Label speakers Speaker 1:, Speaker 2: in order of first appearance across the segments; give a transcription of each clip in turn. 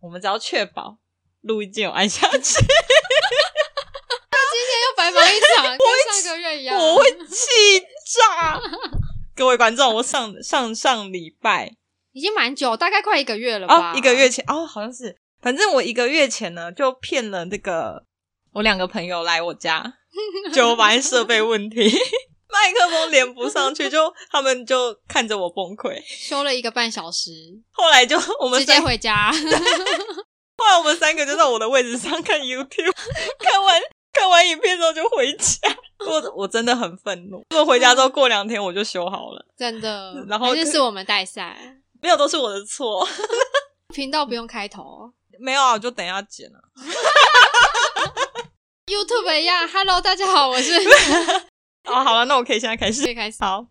Speaker 1: 我们只要确保录音键有按下去，
Speaker 2: 又 白忙一 场，跟上个月一样。
Speaker 1: 我会气炸。 各位观众，我上上上礼拜
Speaker 2: 已经蛮久，大概快一个月了吧？
Speaker 1: 哦，一个月前哦，好像是，反正我一个月前呢就骗了这个我两个朋友来我家，就发现设备问题， 麦克风连不上去，就他们就看着我崩溃。
Speaker 2: 修了一个半小时，
Speaker 1: 后来就我们
Speaker 2: 直接
Speaker 1: 三，
Speaker 2: 回家。
Speaker 1: 后来我们三个就在我的位置上看 YouTube，看 完看完影片之后就回 家。我我真的很愤怒。我回家之后过两天我就修好了，
Speaker 2: 真的，
Speaker 1: 然后
Speaker 2: 还是是我们带赛，
Speaker 1: 没有都是我的错，
Speaker 2: 频道不用开头
Speaker 1: 没有啊，我就等一下剪了。
Speaker 2: ，YouTube 一样。Hello，大家好，我 是
Speaker 1: 哦，好了，那我可以现在开始。
Speaker 2: 最开始。
Speaker 1: 好，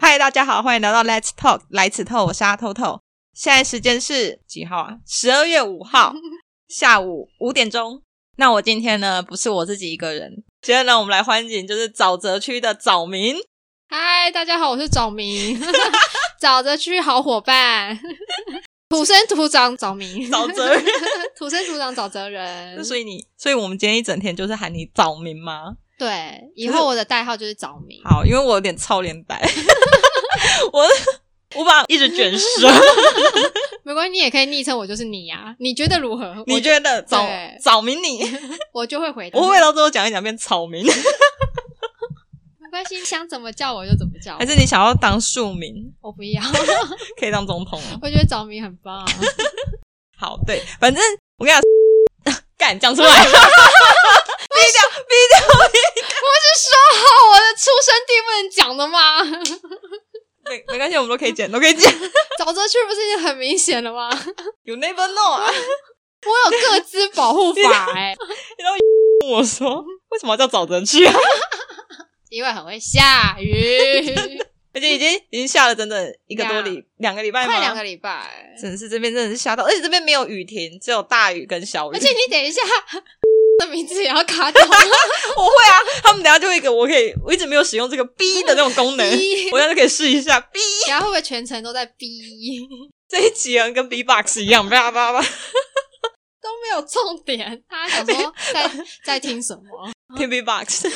Speaker 1: 嗨，大家好，欢迎来到 Let's Talk 来此透，我是阿透透。现在时间是几号啊？十二月五号下午五点钟。那我今天呢，不是我自己一个人，今天呢，我们来欢迎就是沼泽区的沼民。
Speaker 2: 嗨，大家好，我是早明， 沼泽区好伙伴， 土生土长早明，
Speaker 1: 沼泽人
Speaker 2: 土生土长沼泽人。
Speaker 1: 所以你，所以我们今天一整天就是喊你早明吗？
Speaker 2: 对，以
Speaker 1: 可是
Speaker 2: 后我的代号就是早明。
Speaker 1: 好，因为我有点操脸呆， 我我把一直卷舌。
Speaker 2: 没关系，你也可以昵称我就是你呀、你觉得如何？
Speaker 1: 你
Speaker 2: 我
Speaker 1: 觉得早
Speaker 2: 对
Speaker 1: 早明你？
Speaker 2: 我就会回答。
Speaker 1: 我会到最后讲一讲变草民，
Speaker 2: 没关系，想怎么叫我就怎么叫我
Speaker 1: 还。是你想要当庶民，
Speaker 2: 我不要，
Speaker 1: 可以当总统哦？
Speaker 2: 我觉得早明很棒。啊
Speaker 1: 好，对，反正我跟你讲， 干讲出来，逼掉逼掉。
Speaker 2: 说好我的出生地不能讲的 吗？
Speaker 1: 没没关系，我们都可以剪，都可以剪。
Speaker 2: 沼泽区不是已经很明显了吗？
Speaker 1: You never know 啊！
Speaker 2: 我有各自保护法 哎、
Speaker 1: 问我说为什么要叫沼泽区啊？
Speaker 2: 因为很会下雨，
Speaker 1: 而且已经已经下了整整一个多礼两个礼拜吗？
Speaker 2: 快两个礼拜。
Speaker 1: 真是这边真的是吓到，而且这边没有雨停，只有大雨跟小雨。
Speaker 2: 而且你等一下， 的名字也要卡 掉。
Speaker 1: 我会啊，他们等下就会给我可以，我一直没有使用这个 B 的那种功 能，
Speaker 2: 逼
Speaker 1: 我现在就可以试一下 B。
Speaker 2: 然后会不会全程都在逼，
Speaker 1: 这一集啊跟 B box 一样，叭叭叭，
Speaker 2: 都没有重点？他想 说在在听什么？
Speaker 1: 听 B box。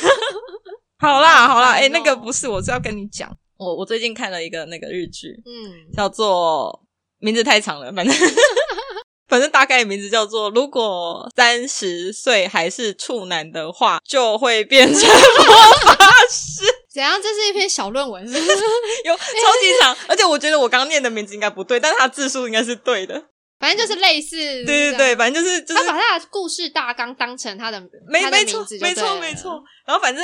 Speaker 1: 好啦好啦，
Speaker 2: 烦哦
Speaker 1: 哎、那个不是，我是要跟你讲，我我最近看了一个那个日剧，
Speaker 2: 嗯，
Speaker 1: 叫做名字太长了，反正 反正大概名字叫做，如果三十岁还是处男的话，就会变成 魔法师。
Speaker 2: 怎样？这是一篇小论文是不是？
Speaker 1: 有超级长，而且我觉得我刚念的名字应该不对，但是它字数应该是对的。
Speaker 2: 反正就是类似。
Speaker 1: 对对对，。反正就是就是
Speaker 2: 他把他的故事大纲当成他的
Speaker 1: 没
Speaker 2: 他的
Speaker 1: 没
Speaker 2: 名
Speaker 1: 错
Speaker 2: 字就
Speaker 1: 没
Speaker 2: 对
Speaker 1: 错
Speaker 2: 了
Speaker 1: 没错。然后反正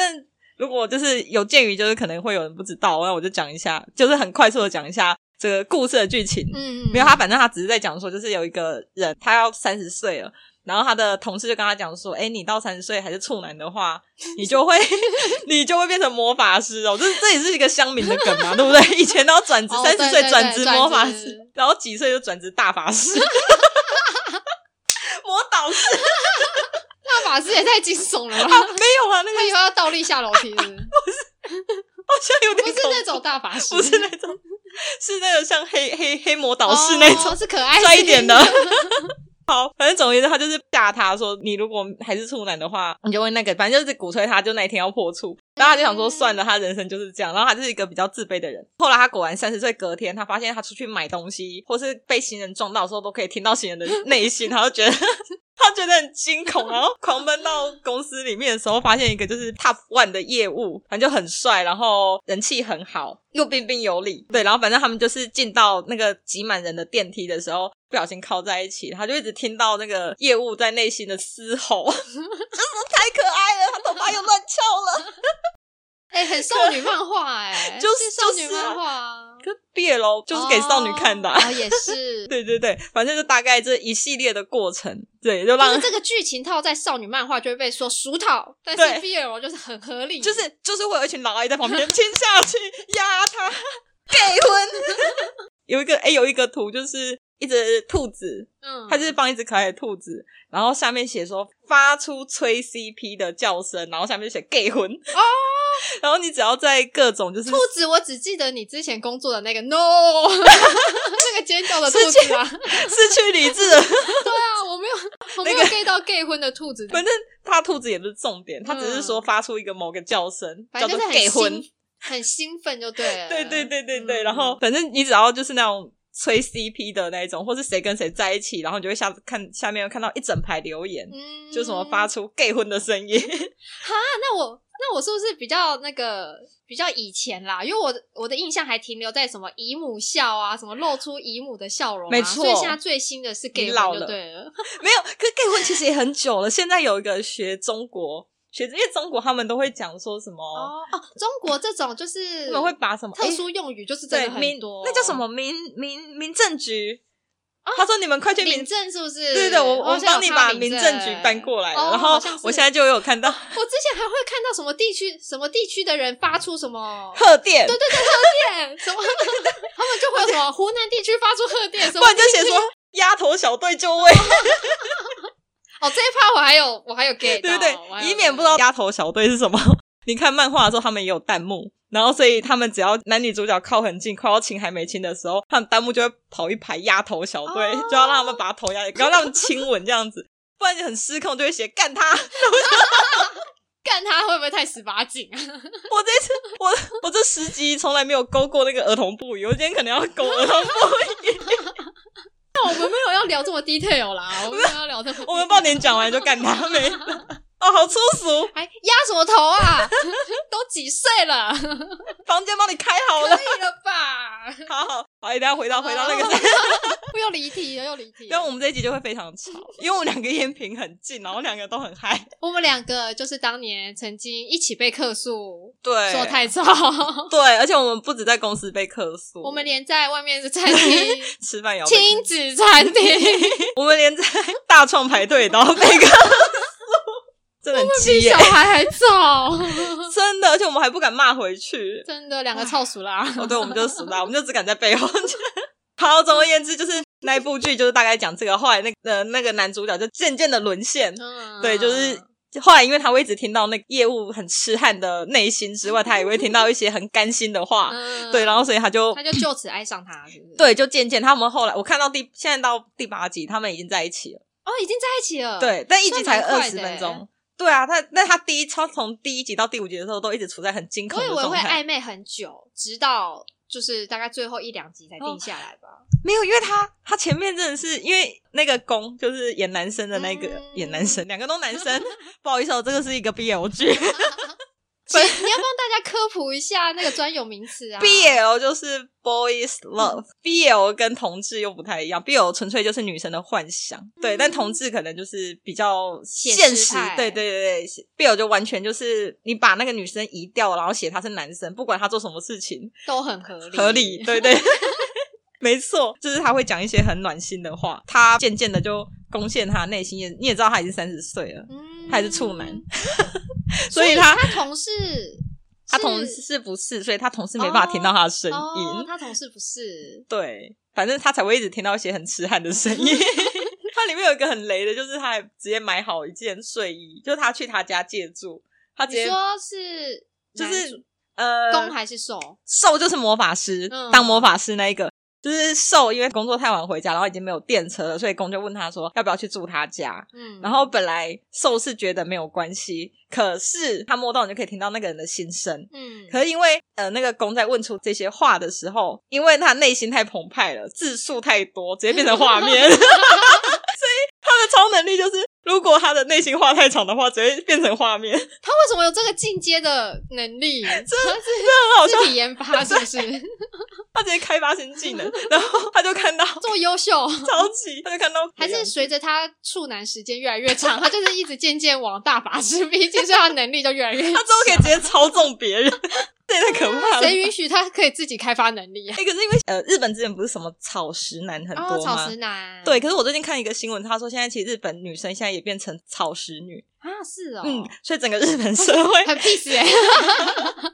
Speaker 1: 如果就是有鉴于就是可能会有人不知道，那我就讲一下，就是很快速的讲一下这个故事的剧情。
Speaker 2: 嗯，嗯
Speaker 1: 没有，他反正他只是在讲说，就是有一个人他要三十岁了。然后他的同事就跟他讲说：“哎，你到三十岁还是处男的 话，你就会 你就会变成魔法师哦。这这也是一个乡民的梗嘛，对不 对？以前都要转职，
Speaker 2: 哦
Speaker 1: 三十
Speaker 2: 对
Speaker 1: 岁
Speaker 2: 对
Speaker 1: 转
Speaker 2: 对
Speaker 1: 职
Speaker 2: 转
Speaker 1: 魔法
Speaker 2: 职
Speaker 1: 师，然后几岁就转职大法 师， 魔导师
Speaker 2: 大法师也太惊悚了吧？
Speaker 1: 啊，没有啊，那个
Speaker 2: 他以后要倒立下楼梯 是不是，
Speaker 1: 好像有
Speaker 2: 不
Speaker 1: 点
Speaker 2: 是
Speaker 1: 恐
Speaker 2: 那种大法师，
Speaker 1: 不是那种，是那个像黑黑黑魔导士那种
Speaker 2: 哦、是可爱
Speaker 1: 帅一点的。 好，反正总而言之，他就是吓他说，你如果还是处男的话，你就会那个，反正就是鼓吹他，就那一天要破处。然后他就想
Speaker 2: 嗯
Speaker 1: 说，算了，他人生就是这样。然后他就是一个比较自卑的人。后来他果然三十岁隔天，他发现他出去买东西，或是被行人撞到的时候，都可以听到行人的内心，他就觉得他觉得很惊恐。然后狂奔到公司里面的时候，发现一个就是 top one 的业务，反正就很帅，然后人气很好，又彬彬有礼。对，然后反正他们就是进到那个挤满人的电梯的时候，不小心靠在一起，他就一直听到那个业务在内心的嘶吼， 就是太可爱了，他头发又乱翘了。
Speaker 2: 哎、很少女漫画 哎、
Speaker 1: 就是
Speaker 2: 少女
Speaker 1: 就是啊
Speaker 2: 漫画啊，
Speaker 1: 可毕业楼就是给少女看的、啊。
Speaker 2: 哦，哦也是。
Speaker 1: 对对对，反正就大概这一系列的过程，对，就
Speaker 2: 就
Speaker 1: 让
Speaker 2: 是这个剧情套在少女漫画就会被说俗套，但
Speaker 1: 对
Speaker 2: 是 BL 就是很合理，
Speaker 1: 就是就是会有一群老阿姨在旁边亲 下去压他，给婚。有一个哎、有一个图就是一只兔子，
Speaker 2: 嗯，
Speaker 1: 他就是放一只可爱的兔子，然后下面写说发出吹 CP 的叫声，然后下面就写 gay 魂哦， 然后你只要在各种就是
Speaker 2: 兔子，我只记得你之前工作的 那个 no，那个尖叫的兔子啊，
Speaker 1: 失去理智的，
Speaker 2: 对啊，我没有，我没有 get 到 gay 婚的 兔子，
Speaker 1: 反正他兔子也不是重点，他只是说发出一个某个叫声，
Speaker 2: 嗯反
Speaker 1: 叫
Speaker 2: 正就
Speaker 1: 做
Speaker 2: 是很
Speaker 1: gay 魂，
Speaker 2: 兴很兴奋就对 了，
Speaker 1: 对对对对对，
Speaker 2: 嗯
Speaker 1: 然后反正你只要就是那种。吹 CP 的那一种，或是谁跟谁在一起，然后你就会下看下面看到一整排留言，
Speaker 2: 嗯
Speaker 1: 就什么发出 gay 婚的声 音，
Speaker 2: 那我那我是不是比较那个比较以前啦？因为我的我的印象还停留在什么姨母笑啊，什么露出姨母的笑容、啊，
Speaker 1: 没错
Speaker 2: 所以现在最新的是 gay
Speaker 1: 你
Speaker 2: 婚
Speaker 1: 老
Speaker 2: 就
Speaker 1: 了
Speaker 2: 对了，
Speaker 1: 没有，可 gay 婚其实也很久了。现在有一个学中国学，因为中国他们都会讲说什么，
Speaker 2: 哦哦，中国这种就是
Speaker 1: 他们会把什么
Speaker 2: 特
Speaker 1: 诶
Speaker 2: 殊用语，就是真
Speaker 1: 对
Speaker 2: 的
Speaker 1: 民
Speaker 2: 很多，
Speaker 1: 那叫什么民民民政局。他说：“你们快去
Speaker 2: 哦民
Speaker 1: 民，
Speaker 2: 政是不是？
Speaker 1: 对对，我我
Speaker 2: 好像有
Speaker 1: 帮你
Speaker 2: 看
Speaker 1: 把
Speaker 2: 到
Speaker 1: 民
Speaker 2: 民
Speaker 1: 政局搬过来了。
Speaker 2: 哦
Speaker 1: 然后
Speaker 2: 好像是
Speaker 1: 我现在就有看到
Speaker 2: 我之前还会看到什么地区什么地区的人发出什 么
Speaker 1: 贺电，
Speaker 2: 电，什么 他们就会有什么湖南地区发出贺电，什
Speaker 1: 不
Speaker 2: 么
Speaker 1: 然就
Speaker 2: 地
Speaker 1: 写
Speaker 2: 区
Speaker 1: 说丫头小队就位，
Speaker 2: 哦这一趴我还有我还有 get，
Speaker 1: 对不
Speaker 2: 到我还
Speaker 1: 对？以
Speaker 2: 有
Speaker 1: 免
Speaker 2: get
Speaker 1: 不知道丫头小队是什么。 你看漫画的时候，他们也有弹幕，然后所以他们只要男女主角靠很近，快要亲还没亲的时候，他们弹幕就会跑一排丫头小队，
Speaker 2: 哦
Speaker 1: 就要让他们把头压，然后让他们亲吻这样子，不然你很失控，就会写干他。
Speaker 2: 干他会不会太十八禁啊？
Speaker 1: 我这次我我这十集从来没有勾过那个儿童不宜，我今天可能要勾儿童不宜。
Speaker 2: 我们没有要聊这么 detail 啦，啊 我们没有要聊这么
Speaker 1: 我们半 年讲完就干他没了， 哦，好粗俗，
Speaker 2: 还哎压什么头啊？ 都几岁了，
Speaker 1: 房间帮你开好
Speaker 2: 可
Speaker 1: 了，
Speaker 2: 以了 吧？
Speaker 1: 好好好，一定要回到回到那个。
Speaker 2: 哦 不又离题了，又离题
Speaker 1: 因为我
Speaker 2: 了。
Speaker 1: 们这一集就会非常吵，因为我们两个烟瓶很近，然后两个都很嗨，
Speaker 2: 我们两个就是当年曾经一起被客诉
Speaker 1: 对
Speaker 2: 说太吵，
Speaker 1: 对，而且我们不止在公司被客诉，
Speaker 2: 我们连在外面的餐厅、
Speaker 1: 吃饭也要被
Speaker 2: 亲子餐厅，
Speaker 1: 我们连在大创排队也都要被客诉，真的很
Speaker 2: 比
Speaker 1: 急耶
Speaker 2: 小，孩还吵，
Speaker 1: 真的，而且我们还不敢骂回去，
Speaker 2: 真的两个臭鼠啦。
Speaker 1: 哦，对，我们就是死啦，我们就只敢在背后讲。好，总而言之，就是那一部剧就是大概讲这个，后来那个、呃、那个男主角就渐渐的沦陷，
Speaker 2: 嗯
Speaker 1: 对，就是后来因为他会一直听到那个业务很痴汉的内心之外，他也会听到一些很甘心的话，
Speaker 2: 嗯
Speaker 1: 对，然后所以他就
Speaker 2: 他就就此爱上他， 是不是？，
Speaker 1: 对就渐渐他们后来我看到第现在到第八集，他们已经在一起了，
Speaker 2: 哦，已经在一起了，
Speaker 1: 对，但一集才
Speaker 2: 算蛮
Speaker 1: 二
Speaker 2: 快
Speaker 1: 十
Speaker 2: 的
Speaker 1: 分
Speaker 2: 欸
Speaker 1: 钟。对啊，他那他第一他从第一集到第五集的时候，都一直处在很惊恐
Speaker 2: 我以
Speaker 1: 的
Speaker 2: 为
Speaker 1: 状
Speaker 2: 会
Speaker 1: 态。
Speaker 2: 暧昧很久，直到就是大概最后一两集才定下来 吧。
Speaker 1: 没有，因为他他前面真的是因为那个公就是演男生的那个、
Speaker 2: 嗯
Speaker 1: 演男生，两个都男生。 不好意思、哦，这个是一个 BL 剧、
Speaker 2: 请你要帮大家科普一下那个专有名 词啊。
Speaker 1: b l 就是 boys love，BL、跟同志又不太一样，BL 纯粹就是女生的幻想，对，但同志可能就是比较
Speaker 2: 嗯写
Speaker 1: 现
Speaker 2: 实
Speaker 1: 实，
Speaker 2: 派
Speaker 1: 对对对对，BL 就完全就是你把那个女生移掉，然后写她是男生，不管他做什么事情，
Speaker 2: 都很合理，
Speaker 1: 合理，对对， 没错，就是他会讲一些很暖心的话。他渐渐的就攻陷他内心，也你也知道他已经三十岁了，
Speaker 2: 嗯
Speaker 1: 他也是处 男，
Speaker 2: 所
Speaker 1: 所以他
Speaker 2: 他同事，
Speaker 1: 他同
Speaker 2: 是
Speaker 1: 事不是，所以他同事没办法听到他的声音，
Speaker 2: 哦，他同事不是
Speaker 1: 对，反正他才会一直听到一些很痴汉的声音。 它里面有一个很雷的，就是他还直接买好一件睡衣，就是他去他家借住，他直
Speaker 2: 你
Speaker 1: 接
Speaker 2: 说是
Speaker 1: 就
Speaker 2: 男
Speaker 1: 是
Speaker 2: 主
Speaker 1: 呃
Speaker 2: 攻还是受？
Speaker 1: 兽就是魔法师，
Speaker 2: 嗯
Speaker 1: 当魔法师那一个。就是兽，因为工作太晚回家，然后已经没有电车了，所以公就问他说要不要去住他家。
Speaker 2: 嗯，
Speaker 1: 然后本来兽是觉得没有关系，可是他摸到你就可以听到那个人的心声。
Speaker 2: 嗯，
Speaker 1: 可是因为呃，那个公在问出这些话的时候，因为他内心太澎湃了，字数太多，直接变成画面。所 以他的超能力就是，如果他的内心话太长的话，直接变成画面， 真
Speaker 2: 他为什么有这个进阶的能 力？这是
Speaker 1: 的很好笑。
Speaker 2: 自体 研发是不是？
Speaker 1: 他直接开发新技能，然后他就看到
Speaker 2: 这么优秀，
Speaker 1: 超级，他就看到
Speaker 2: 还是随着他处男时间越来越长，他就是一直渐渐往大法师逼近，所以他能力就越来越
Speaker 1: 他之后可以直接操纵别人，这也太可怕了。
Speaker 2: 谁允许他可以自己开发能力啊？
Speaker 1: 哎、可是因为呃，日本之前不是什么草食男很
Speaker 2: 哦，
Speaker 1: 多吗？
Speaker 2: 草食男，
Speaker 1: 对，可是我最近看一个新闻，他说现在其实日本女生现在也变成草食女，嗯
Speaker 2: 啊，是哦，
Speaker 1: 嗯，所以整个日本社会，
Speaker 2: 很 peace 哎、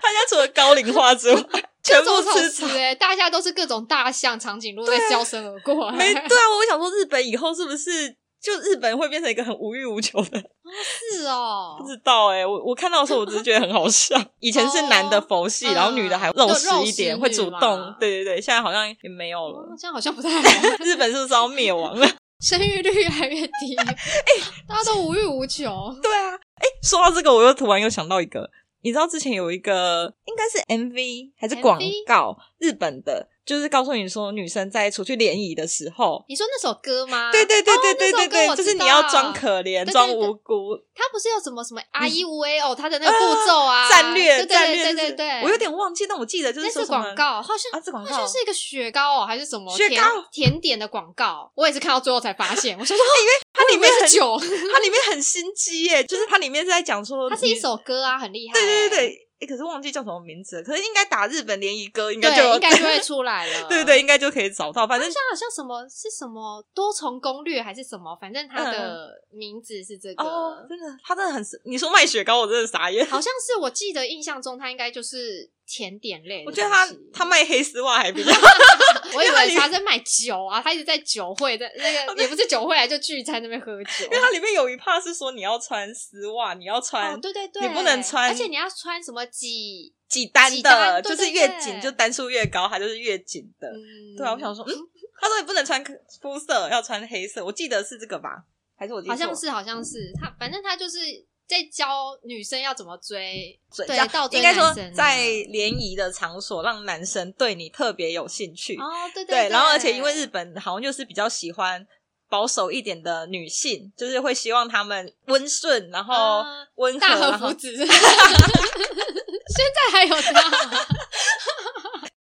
Speaker 1: 大家除了高龄化之外，全部
Speaker 2: 种草
Speaker 1: 吃
Speaker 2: 食
Speaker 1: 草。
Speaker 2: 哎、大家都是各种大象、长颈鹿在交身而过、啊，
Speaker 1: 没对啊，我想说日本以后是不是就日本会变成一个很无欲无求的？
Speaker 2: 是哦
Speaker 1: 不，知道哎、我我看到的时候我只是觉得很好笑。以前是男的佛系，
Speaker 2: 嗯
Speaker 1: 然后女的还
Speaker 2: 就
Speaker 1: 肉
Speaker 2: 肉
Speaker 1: 食一点，
Speaker 2: 食
Speaker 1: 会
Speaker 2: 女
Speaker 1: 主
Speaker 2: 嘛
Speaker 1: 动。对对对，现在好像也没有
Speaker 2: 哦
Speaker 1: 了。
Speaker 2: 这样好像不太好，
Speaker 1: 日本是不是要灭亡了？
Speaker 2: 生育率越来越低，大家都无欲无求。
Speaker 1: 对啊，哎、说到这个，我又突然又想到一个，你知道之前有一个应该是 MV 还是广
Speaker 2: MV
Speaker 1: 告，日本的，就是告诉你说女生在出去联谊的时候，
Speaker 2: 你说那首歌吗？
Speaker 1: 对对对对对
Speaker 2: 哦
Speaker 1: 对
Speaker 2: 那首歌
Speaker 1: 对，
Speaker 2: 我
Speaker 1: 就
Speaker 2: 知道
Speaker 1: 是你要装可怜、
Speaker 2: 对对
Speaker 1: 装
Speaker 2: 对
Speaker 1: 无辜，
Speaker 2: 他不是有什么什么 I E U A O 他的那个步骤啊，
Speaker 1: 战略
Speaker 2: 对
Speaker 1: 战略，
Speaker 2: 对对
Speaker 1: 就
Speaker 2: 对
Speaker 1: 是
Speaker 2: 对对，
Speaker 1: 我有点忘记，但我记得就是
Speaker 2: 那
Speaker 1: 说
Speaker 2: 是
Speaker 1: 什么
Speaker 2: 广告，好像
Speaker 1: 啊，这广
Speaker 2: 好
Speaker 1: 告
Speaker 2: 像是一个雪糕哦，还是什么
Speaker 1: 雪
Speaker 2: 甜
Speaker 1: 糕
Speaker 2: 甜点的广告，我也是看到最后才发现，我想说
Speaker 1: 它里面
Speaker 2: 我以为
Speaker 1: 很
Speaker 2: 是酒，
Speaker 1: 它里面很心机耶，就是它里面是在讲说
Speaker 2: 它是一
Speaker 1: 女
Speaker 2: 首歌啊，很厉害欸、
Speaker 1: 对对对对，诶可是忘记叫什么名字了，可是应该打日本联谊歌应
Speaker 2: 对，
Speaker 1: 该就有，
Speaker 2: 应该就会出来了
Speaker 1: 对对，应该就可以找到，反
Speaker 2: 好
Speaker 1: 正
Speaker 2: 像好像什么是什么多重攻略还是什么，反正它的名字是这个。
Speaker 1: 嗯哦，真的，他真的很，你说卖雪糕，我真的傻眼。
Speaker 2: 好像是我记得印象中，它应该就是甜点类的
Speaker 1: 我
Speaker 2: 东
Speaker 1: 觉
Speaker 2: 西。
Speaker 1: 得他他卖黑丝袜还比较，
Speaker 2: 我以
Speaker 1: 因为它里
Speaker 2: 为他在卖酒啊，他一直在酒会，在 那个也不是酒会啊，就聚餐那边喝酒
Speaker 1: 因。
Speaker 2: 啊
Speaker 1: 为它里面有一趴是说你要穿丝袜，你要穿
Speaker 2: 哦，对对对，
Speaker 1: 你不能穿
Speaker 2: 而且你要穿什么几
Speaker 1: 几单
Speaker 2: 几
Speaker 1: 的，
Speaker 2: 单
Speaker 1: 就
Speaker 2: 对
Speaker 1: 是
Speaker 2: 对
Speaker 1: 越
Speaker 2: 对
Speaker 1: 紧就单数越高，它就是越紧的。
Speaker 2: 嗯，
Speaker 1: 对啊，我想说，嗯，他说你不能穿肤色，要穿黑色，我记得是这个吧？还是我记
Speaker 2: 好
Speaker 1: 错
Speaker 2: 像是好像是他，反正他就是在教女生要怎么追，
Speaker 1: 准
Speaker 2: 对
Speaker 1: 这样
Speaker 2: 倒追
Speaker 1: 应该说
Speaker 2: 男生啊
Speaker 1: 在联谊的场所，让男生对你特别有兴趣。
Speaker 2: 哦，对
Speaker 1: 嗯对
Speaker 2: 对，
Speaker 1: 然后而且因为日本好像就是比较喜欢保守一点的女性，就是会希望她们温顺，然后
Speaker 2: 啊
Speaker 1: 温和，
Speaker 2: 大和
Speaker 1: 然后
Speaker 2: 福子， 现在还有他，都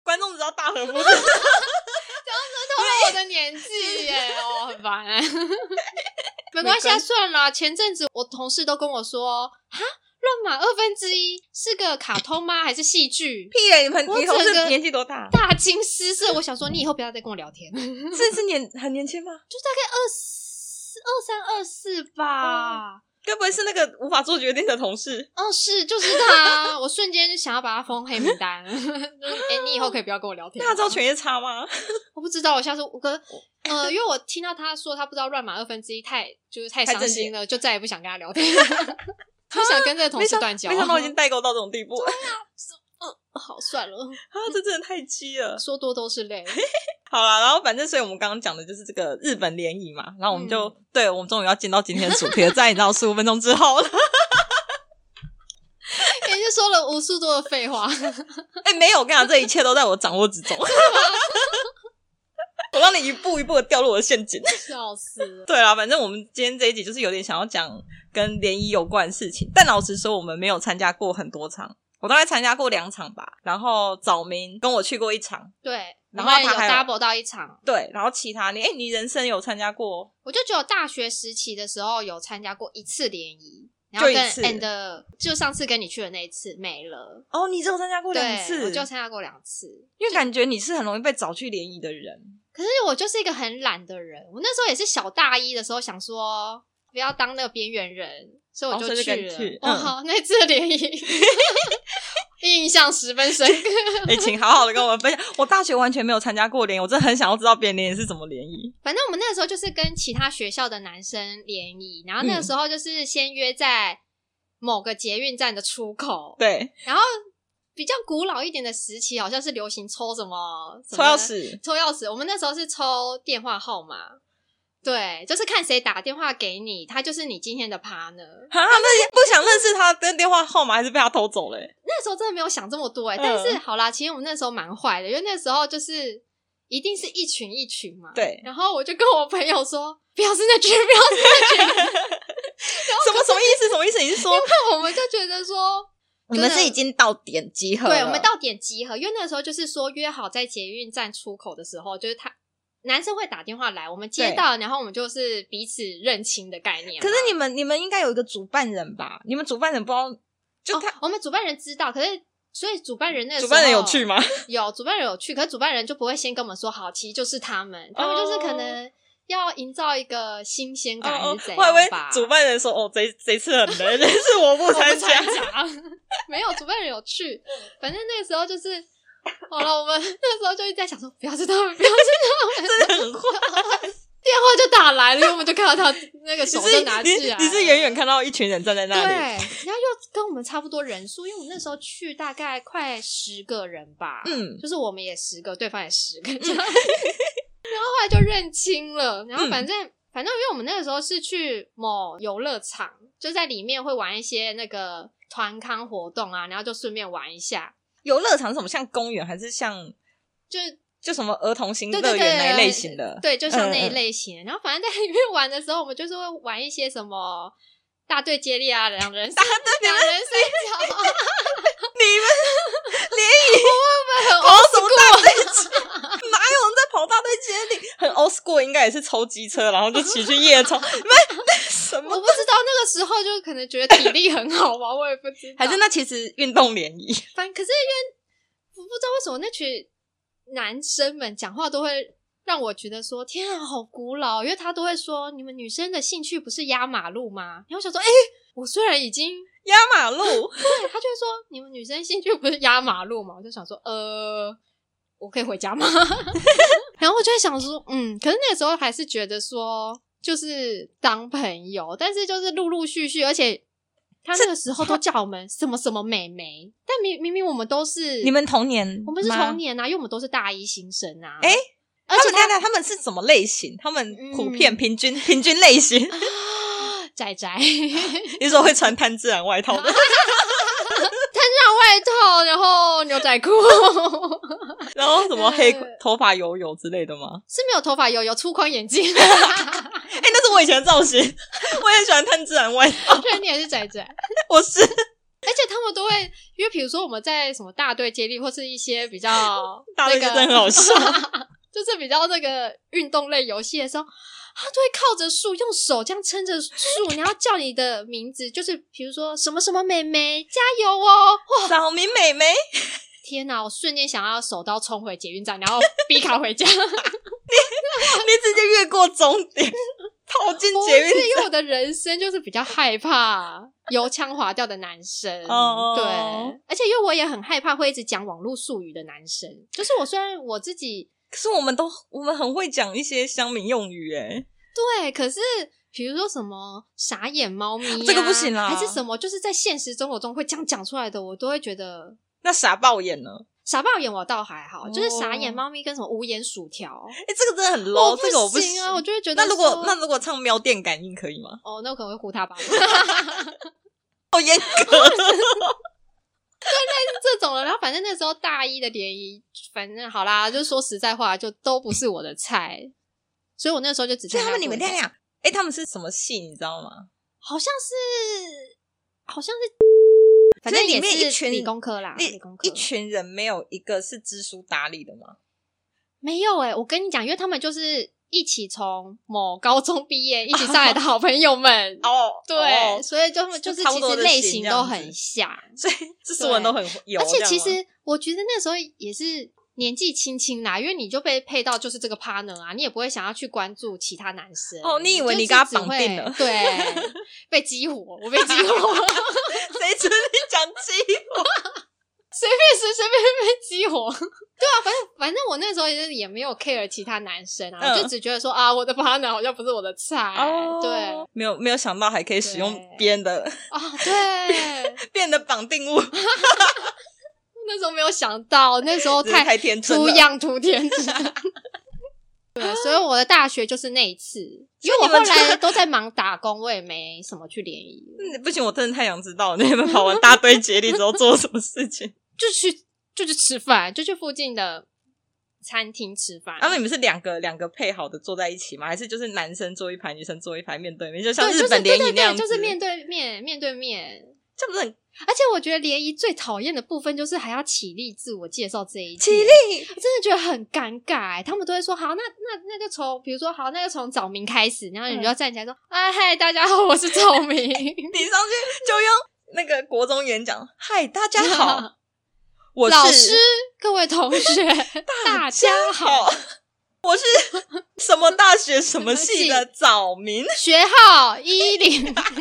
Speaker 1: 观众知道大和 服子
Speaker 2: 了我的年纪 耶，哦，很烦欸。没关系啊，
Speaker 1: 没关
Speaker 2: 算了啊。前阵子我同事都跟我说，哈，乱码二分之一是个卡通吗？还是戏 剧？
Speaker 1: 屁嘞！你们
Speaker 2: 我
Speaker 1: 你同
Speaker 2: 整
Speaker 1: 事
Speaker 2: 个
Speaker 1: 年纪多大？
Speaker 2: 大惊失色，我想说你以后不要再跟我聊天，就是大概
Speaker 1: 是是年很年轻吗？
Speaker 2: 二四、二三、二四吧。
Speaker 1: 该不会是那个无法做决定的同事？
Speaker 2: 哦，是，就是他，啊我瞬间就想要把他封黑名单。 就是哎、你以后可以不要跟我聊天啊
Speaker 1: 那
Speaker 2: 了。
Speaker 1: 他知道犬夜叉吗？
Speaker 2: 我不知道，我下次我跟呃，因为我听到他说他不知道乱码二分之一太就是太
Speaker 1: 太
Speaker 2: 伤
Speaker 1: 震
Speaker 2: 心
Speaker 1: 惊
Speaker 2: 了，就再也不想跟他 聊天，就想跟这个同
Speaker 1: 没
Speaker 2: 事
Speaker 1: 想
Speaker 2: 断交。
Speaker 1: 没想到已经代沟到这种地步，
Speaker 2: 好算了，
Speaker 1: 啊，这真的太鸡了。
Speaker 2: 说多都是泪。
Speaker 1: 好啦，然后反正所以我们刚刚讲的就是这个日本联谊嘛，然后我们就、
Speaker 2: 嗯
Speaker 1: 对我们终于要进到今天的主题了，在你知道十五分钟之后了。
Speaker 2: 也就说了无数多的废 话，
Speaker 1: 哎、没有，我跟你讲，这一切都在我掌握之中。 我让你一步一步的掉入我的陷阱。
Speaker 2: 笑死了。
Speaker 1: 对啦，反正我们今天这一集就是有点想要讲跟联谊有关的事情，但老实说，我们没有参加过很多场，我大概参加过两场吧。然后早明跟我去过一场，
Speaker 2: 对，
Speaker 1: 然
Speaker 2: 然
Speaker 1: 后
Speaker 2: 后有
Speaker 1: 他还有
Speaker 2: double 到一场。
Speaker 1: 对，然后其他你哎、你人生有参加过？
Speaker 2: 我就只有大学时期的时候有参加过一次联谊，然后
Speaker 1: 就一
Speaker 2: 跟
Speaker 1: 次
Speaker 2: and 呃就上次跟你去的那一次没了。
Speaker 1: 哦，你只有参加过两
Speaker 2: 对，
Speaker 1: 次
Speaker 2: 我，就参加过两次。
Speaker 1: 因为感觉你是很容易被找去联谊的人。
Speaker 2: 可是我就是一个很懒的人，我那时候也是小大一的时候想说不要当那个边缘人，所以我
Speaker 1: 哦所以就跟
Speaker 2: 去
Speaker 1: 你
Speaker 2: 了。
Speaker 1: 去
Speaker 2: 哦，
Speaker 1: 嗯
Speaker 2: 好，那次联谊 印象十分深刻。
Speaker 1: 哎、请好好的跟我们分享。我大学完全没有参加过联谊，我真的很想要知道别人联谊是怎么联谊。
Speaker 2: 反正我们那个时候就是跟其他学校的男生联谊，然后
Speaker 1: 嗯
Speaker 2: 那个时候就是先约在某个捷运站的出口，
Speaker 1: 对，
Speaker 2: 然后比较古老一点的时期，好像是流行抽什么
Speaker 1: 抽钥，匙，
Speaker 2: 什么抽钥匙。我们那时候是抽电话号码，对，就是看谁打电话给你，他就是你今天的 partner。
Speaker 1: 哈，那些不想认识他跟电话号码，还是被他偷走了欸、
Speaker 2: 那时候真的没有想这么多哎、
Speaker 1: 嗯
Speaker 2: 但是好啦，其实我们那时候蛮坏的，因为那时候就是一定是一群一群嘛。
Speaker 1: 对
Speaker 2: 然后我就跟我朋友说，不要是那群，不要是那群，
Speaker 1: 什么什么意思？什么意思？你是说
Speaker 2: 那我们就觉得说。
Speaker 1: 你们是已经到点集 合了？
Speaker 2: 对，我们到点集合，因为那个时候就是说约好在捷运站出口的时候，就是他男生会打电话来，我们接
Speaker 1: 对
Speaker 2: 到，然后我们就是彼此认亲的概念嘛。
Speaker 1: 可是你们你们应该有一个主办人吧？你们主办人不知道，就
Speaker 2: 哦
Speaker 1: 他、
Speaker 2: 我们主办人知道，可是所以主办人那个
Speaker 1: 主办人
Speaker 2: 时候
Speaker 1: 有去？吗？
Speaker 2: 有主办人有去，可是主办人就不会先跟我们说好，其实就是他
Speaker 1: 哦
Speaker 2: 们，他们就是可能要营造一个新鲜感还
Speaker 1: 哦
Speaker 2: 是怎
Speaker 1: 我还以为
Speaker 2: 样吧。
Speaker 1: 主办人说哦，这这次很累， 但是我不参
Speaker 2: 我
Speaker 1: 加
Speaker 2: 不。参加没有主办人有去，反正那个时候就是好了，我们那时候就一直在想说，不要知道，不要知道，
Speaker 1: 真的 很坏。
Speaker 2: 电话就打来了，因为我们就看到他那个
Speaker 1: 你
Speaker 2: 手
Speaker 1: 是
Speaker 2: 就拿
Speaker 1: 你
Speaker 2: 起来
Speaker 1: 你是远远看到一群人站在
Speaker 2: 对，
Speaker 1: 那里，
Speaker 2: 然后又跟我们差不多人数，因为我们那时候去大概快十个人吧，
Speaker 1: 嗯
Speaker 2: 就是我们也十个，对方也十个， 这样然后后来就认清了，然后反
Speaker 1: 嗯
Speaker 2: 正、反正因为我们那个时候是去某游乐场，就在里面会玩一些那个团康活动啊，然后就顺便玩一下，
Speaker 1: 游乐场是什么像公园还是像
Speaker 2: 就是
Speaker 1: 就什么儿童型
Speaker 2: 对
Speaker 1: 乐
Speaker 2: 对对
Speaker 1: 园
Speaker 2: 对
Speaker 1: 那一类型的？
Speaker 2: 对，就像那一
Speaker 1: 嗯嗯
Speaker 2: 类型的。然后反正在里面玩的时候，我们就是会玩一些什么大队接力啊，两人大队两人三角啊，
Speaker 1: 跑到什么大队接力？哪有人在跑大队接力？很 old school，应该也是抽机车，然后就骑去夜冲，那那什
Speaker 2: 我
Speaker 1: 么？
Speaker 2: 不知道那个时候就可能觉得体力很好吧，我也不知道。
Speaker 1: 还是那其实运动联谊，
Speaker 2: 反可是因为我不知道为什么那群男生们讲话都会让我觉得说天啊，好古老，因为他都会说你们女生的兴趣不是压马路吗？然后我想说，哎、我虽然已经
Speaker 1: 压马路，
Speaker 2: 对他就会说你们女生兴趣不是压马路吗？我就想说，呃，我可以回家吗？ 然后我就在想说，嗯，可是那个时候还是觉得说，就是当朋友，但是就是陆陆续续，而且他那个时候都叫我们什么什么美眉，但明明明我们都是
Speaker 1: 你们同年？
Speaker 2: 我们是同。年啊，因为我们都是大一新生啊。
Speaker 1: 诶
Speaker 2: 而
Speaker 1: 他
Speaker 2: 且
Speaker 1: 们
Speaker 2: 他
Speaker 1: 看看他们是什么类型？他们普遍
Speaker 2: 嗯
Speaker 1: 平均、平均类型，
Speaker 2: 啊，仔仔 穿
Speaker 1: 你说会穿碳自然外套 的，
Speaker 2: 上外套，然后牛仔裤。
Speaker 1: 然后什么黑
Speaker 2: 对
Speaker 1: 头发油油之类的吗？
Speaker 2: 是没有头发，有有粗框眼镜，
Speaker 1: 哎、那是我以前的造型，我也喜欢碳自然外套。
Speaker 2: 虽然你还是仔仔，
Speaker 1: 我是
Speaker 2: 而且他们都会，因为比如说我们在什么大队接力，或是一些比较
Speaker 1: 大队
Speaker 2: 那个
Speaker 1: 真的很好笑，
Speaker 2: 就是比较那个运动类游戏的时候，他就会靠着树，用手这样撑着树，然后叫你的名字，就是比如说什么什么妹妹，加油哦！哇，
Speaker 1: 小明美眉，
Speaker 2: 天哪！我瞬间想要手刀冲回捷运站，然后逼卡回 家。
Speaker 1: 你直接越过终点，套进
Speaker 2: 不
Speaker 1: 捷
Speaker 2: 是
Speaker 1: 运
Speaker 2: 因
Speaker 1: 站。
Speaker 2: 为我的人生就是比较害怕油腔滑调的男生，
Speaker 1: 哦
Speaker 2: 对，而且因为我也很害怕会一直讲网络术语的男生。就是我虽然我自己
Speaker 1: 可是我们都我们很会讲一些乡民用语哎，
Speaker 2: 对，可是比如说什么傻眼猫咪、啊，
Speaker 1: 这个不行啦
Speaker 2: 还是什么，就是在现实生活中会这样讲出来的，我都会觉得
Speaker 1: 那傻爆眼呢？
Speaker 2: 傻爆眼我倒还好，
Speaker 1: 哦
Speaker 2: 就是傻眼猫咪跟什么无眼薯条，
Speaker 1: 哎、这个真的很 low，
Speaker 2: 不
Speaker 1: 这个我不
Speaker 2: 行啊，我就会觉得
Speaker 1: 那如果
Speaker 2: 说
Speaker 1: 那如果唱喵电感应可以吗？
Speaker 2: 哦，那我可能会呼他吧。
Speaker 1: 好严格，
Speaker 2: 这种了。然后反正那时候大一的联谊，反正好啦，就说实在话，就都不是我的菜，所以我那时候就只
Speaker 1: 所
Speaker 2: 参
Speaker 1: 以
Speaker 2: 加
Speaker 1: 他啊们你们
Speaker 2: 过
Speaker 1: 亮亮，哎、他们是什么系你知道吗？
Speaker 2: 好像是好像是，
Speaker 1: 反正
Speaker 2: 这
Speaker 1: 里
Speaker 2: 也
Speaker 1: 面
Speaker 2: 是
Speaker 1: 一群
Speaker 2: 理工科啦，理工科
Speaker 1: 一群人没有一个是知书达理的吗？。
Speaker 2: 没有哎、我跟你讲，因为他们就是一起从某高中毕业一起上来的好朋友们
Speaker 1: 哦，
Speaker 2: 对，
Speaker 1: 哦
Speaker 2: 所以就他们就是
Speaker 1: 差不
Speaker 2: 其
Speaker 1: 多
Speaker 2: 实
Speaker 1: 的
Speaker 2: 类
Speaker 1: 型
Speaker 2: 型
Speaker 1: 这
Speaker 2: 都
Speaker 1: 样子
Speaker 2: 很像，
Speaker 1: 所以是所有人都很有，
Speaker 2: 而且其
Speaker 1: 这样吗
Speaker 2: 实我觉得那时候也是年纪轻轻啦，因为你就被配到就是这个 partner 啊，你也不会想要去关注其他男生。
Speaker 1: 哦你以为
Speaker 2: 就
Speaker 1: 你
Speaker 2: 是
Speaker 1: 跟他
Speaker 2: 只
Speaker 1: 绑定
Speaker 2: 会
Speaker 1: 了
Speaker 2: 对，被激活，我被激活，
Speaker 1: 谁准你讲鸡？
Speaker 2: 随便随随便被激活。 对啊，反正反正我那时候也是也没有 care 其他男生啊，我就
Speaker 1: 嗯哦
Speaker 2: 只觉得说啊，我的 partner 好像不是我的菜。对啊，，
Speaker 1: 没有没有想到还可以使用别人的
Speaker 2: 对，
Speaker 1: 别人的绑定物，
Speaker 2: 哦那时候没有想到，那时候
Speaker 1: 真是
Speaker 2: 太
Speaker 1: 太天真
Speaker 2: 图
Speaker 1: 了。
Speaker 2: 样图天真。 对，所以我的大学就是那一次，因为
Speaker 1: 所
Speaker 2: 我
Speaker 1: 以你们
Speaker 2: 后来都在忙打工，我也没什么去联谊，
Speaker 1: 嗯不行，我真的太想知道你们跑完大堆接力之后做了什么事情。
Speaker 2: 就去就去吃饭，就去附近的餐厅吃饭。
Speaker 1: 啊然后你们是两个两个配好的坐在一起吗？还是就是男生坐一排，女生坐一排，面对面，就像
Speaker 2: 对，就
Speaker 1: 日
Speaker 2: 是
Speaker 1: 本
Speaker 2: 对
Speaker 1: 联谊
Speaker 2: 对
Speaker 1: 那样
Speaker 2: 对，
Speaker 1: 子？
Speaker 2: 就是面对面面对面。
Speaker 1: 这样不是很
Speaker 2: 而且我觉得联谊最讨厌的部分就是还要起立自我介绍这一点
Speaker 1: 起立？
Speaker 2: 我真的觉得很尴尬、欸，他们都会说好，那那那就从比如说好，那就从早明开始，然后
Speaker 1: 嗯
Speaker 2: 你就要站起来说，哎、嗨，大家好，我是早明，
Speaker 1: 你上去就用那个国中演讲，嗨，大家好， 我是
Speaker 2: 老师、各位同学，大家好，，
Speaker 1: 我是什么大学什么系的早明，
Speaker 2: 学号一零。反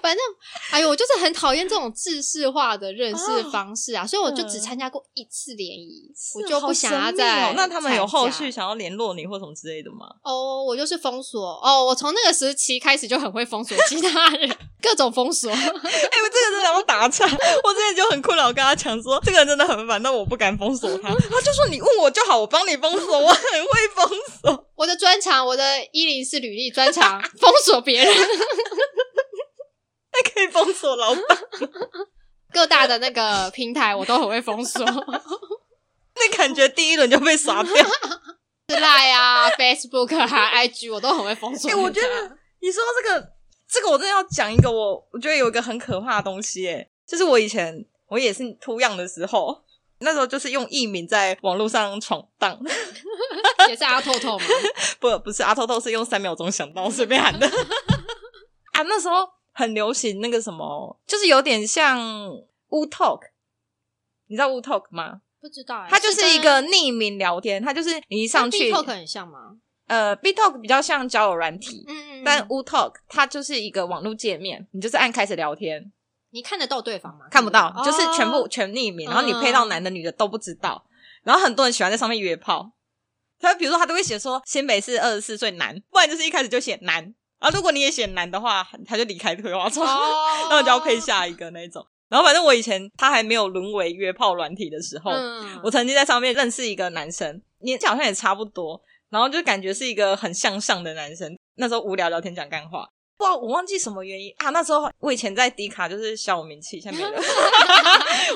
Speaker 2: 反正，哎呦，我就是很讨厌这种制式化的认识方式啊，所以我就
Speaker 1: 嗯
Speaker 2: 只参加过一次联谊， 我就不想要再
Speaker 1: 哦。那他们有后
Speaker 2: 参
Speaker 1: 续
Speaker 2: 加
Speaker 1: 想要联络你或什么之类的吗？
Speaker 2: 哦，我就是封锁哦，我从那个时期开始就很会封锁其他人，各种封锁。
Speaker 1: 哎、我这个真的要打岔， 我之前就很困扰，我跟他讲说，这个人真的很烦，但我不敢封锁 他。他就说你问我就好，我帮你封锁，我很会封锁。
Speaker 2: 我的专长，我的一零四履历专长，封锁别人。
Speaker 1: 还可以封锁老板，
Speaker 2: 各大的那个平台我都很会封锁，
Speaker 1: 那感觉第一轮就被刷掉。
Speaker 2: 是赖啊、Facebook 啊、IG 我都很会封锁
Speaker 1: 哎、
Speaker 2: 人家。
Speaker 1: 我觉得你说到这个，这个我真的要讲一个我，我觉得有一个很可怕的东西、欸，就是我以前我也是秃样的时候，那时候就是用艺名在网络上闯荡，
Speaker 2: 也是阿透 透嘛，
Speaker 1: 不不是啊阿偷偷是用三秒钟想到随便喊的 啊，那时候很流行那个什么，就是有点像 Wu Talk，你知道 Wu Talk 吗？
Speaker 2: 不知道、欸。
Speaker 1: 它就是一个匿名聊天，它就是你一上去，
Speaker 2: ，TikTok 很像吗？
Speaker 1: 呃，B Talk 比较像交友软体，
Speaker 2: 嗯，
Speaker 1: 但 U Talk 它就是一个网络界面，你就是按开始聊天，
Speaker 2: 你看得到对方吗？
Speaker 1: 看不到，
Speaker 2: 哦嗯
Speaker 1: 就是全部全匿名，然后你配到男的女的都不知道，然后很多人喜欢在上面约炮，他比如说他都会写说新北市二十四岁男，不然就是一开始就写男，然后如果你也写男的话，他就离开对话窗，
Speaker 2: 哦，
Speaker 1: 那我就要配下一个那一种。然后反正我以前他还没有沦为约炮软体的时候，
Speaker 2: 嗯，
Speaker 1: 我曾经在上面认识一个男生，年纪好像也差不多，然后就感觉是一个很向上的男生。那时候无聊聊天讲干话，不知道我忘记什么原因啊。那时候我以前在迪卡就是小有名气，现在没 了。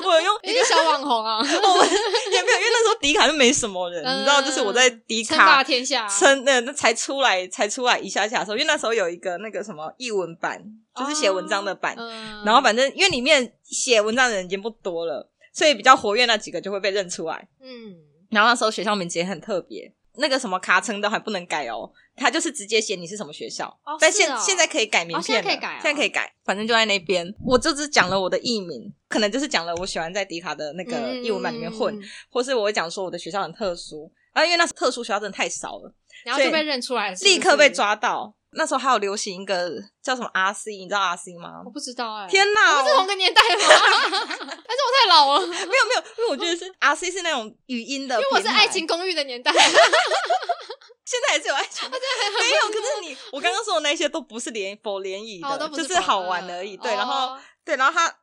Speaker 1: 我有用
Speaker 2: 你是小网 红啊，
Speaker 1: 我也没有，因为那时候迪卡就没什么人，
Speaker 2: 嗯
Speaker 1: 你知道，就是我在迪
Speaker 2: 称霸
Speaker 1: 卡
Speaker 2: 天下，
Speaker 1: 称那那才出来才出来一下下的时候，因为那时候有一个那个什么译文版，就是写文章的版，
Speaker 2: 嗯
Speaker 1: 然后反正因为里面写文章的人已经不多了，所以比较活跃那几个就会被认出来。
Speaker 2: 嗯，
Speaker 1: 然后那时候学校名字也很特别，那个什么卡称都还不能改哦，他就是直接写你是什么学校。
Speaker 2: 哦
Speaker 1: 但
Speaker 2: 是
Speaker 1: 现、
Speaker 2: 哦
Speaker 1: 现在可以改名片了、
Speaker 2: 哦现在可以改哦
Speaker 1: 现在可以改，反正就在那边。我就只讲了我的艺名，可能就是讲了我喜欢在迪卡的那个
Speaker 2: 嗯
Speaker 1: 艺文版里面混，，
Speaker 2: 嗯
Speaker 1: 或是我会讲说我的学校很特殊。啊，因为那时候特殊学校真的太少了，
Speaker 2: 然后就被认出来，是不是
Speaker 1: 立刻被。抓到。那时候还有流行一个叫什么 RC，你知道 RC 吗
Speaker 2: 我？不知道哎，
Speaker 1: 天
Speaker 2: 我
Speaker 1: 哪！
Speaker 2: 们是同个年代 吗？还是我太老了？
Speaker 1: 没有没有，因为我觉得是 RC 是那种语音的平台，
Speaker 2: 因为我是《爱情公寓》的年代，
Speaker 1: 现在还是有爱 情，没有。可是你，哦我刚刚说的那些都不是联否联谊的，
Speaker 2: 哦，都不
Speaker 1: 就是是好玩而已。对，然后
Speaker 2: 哦
Speaker 1: 对，然后它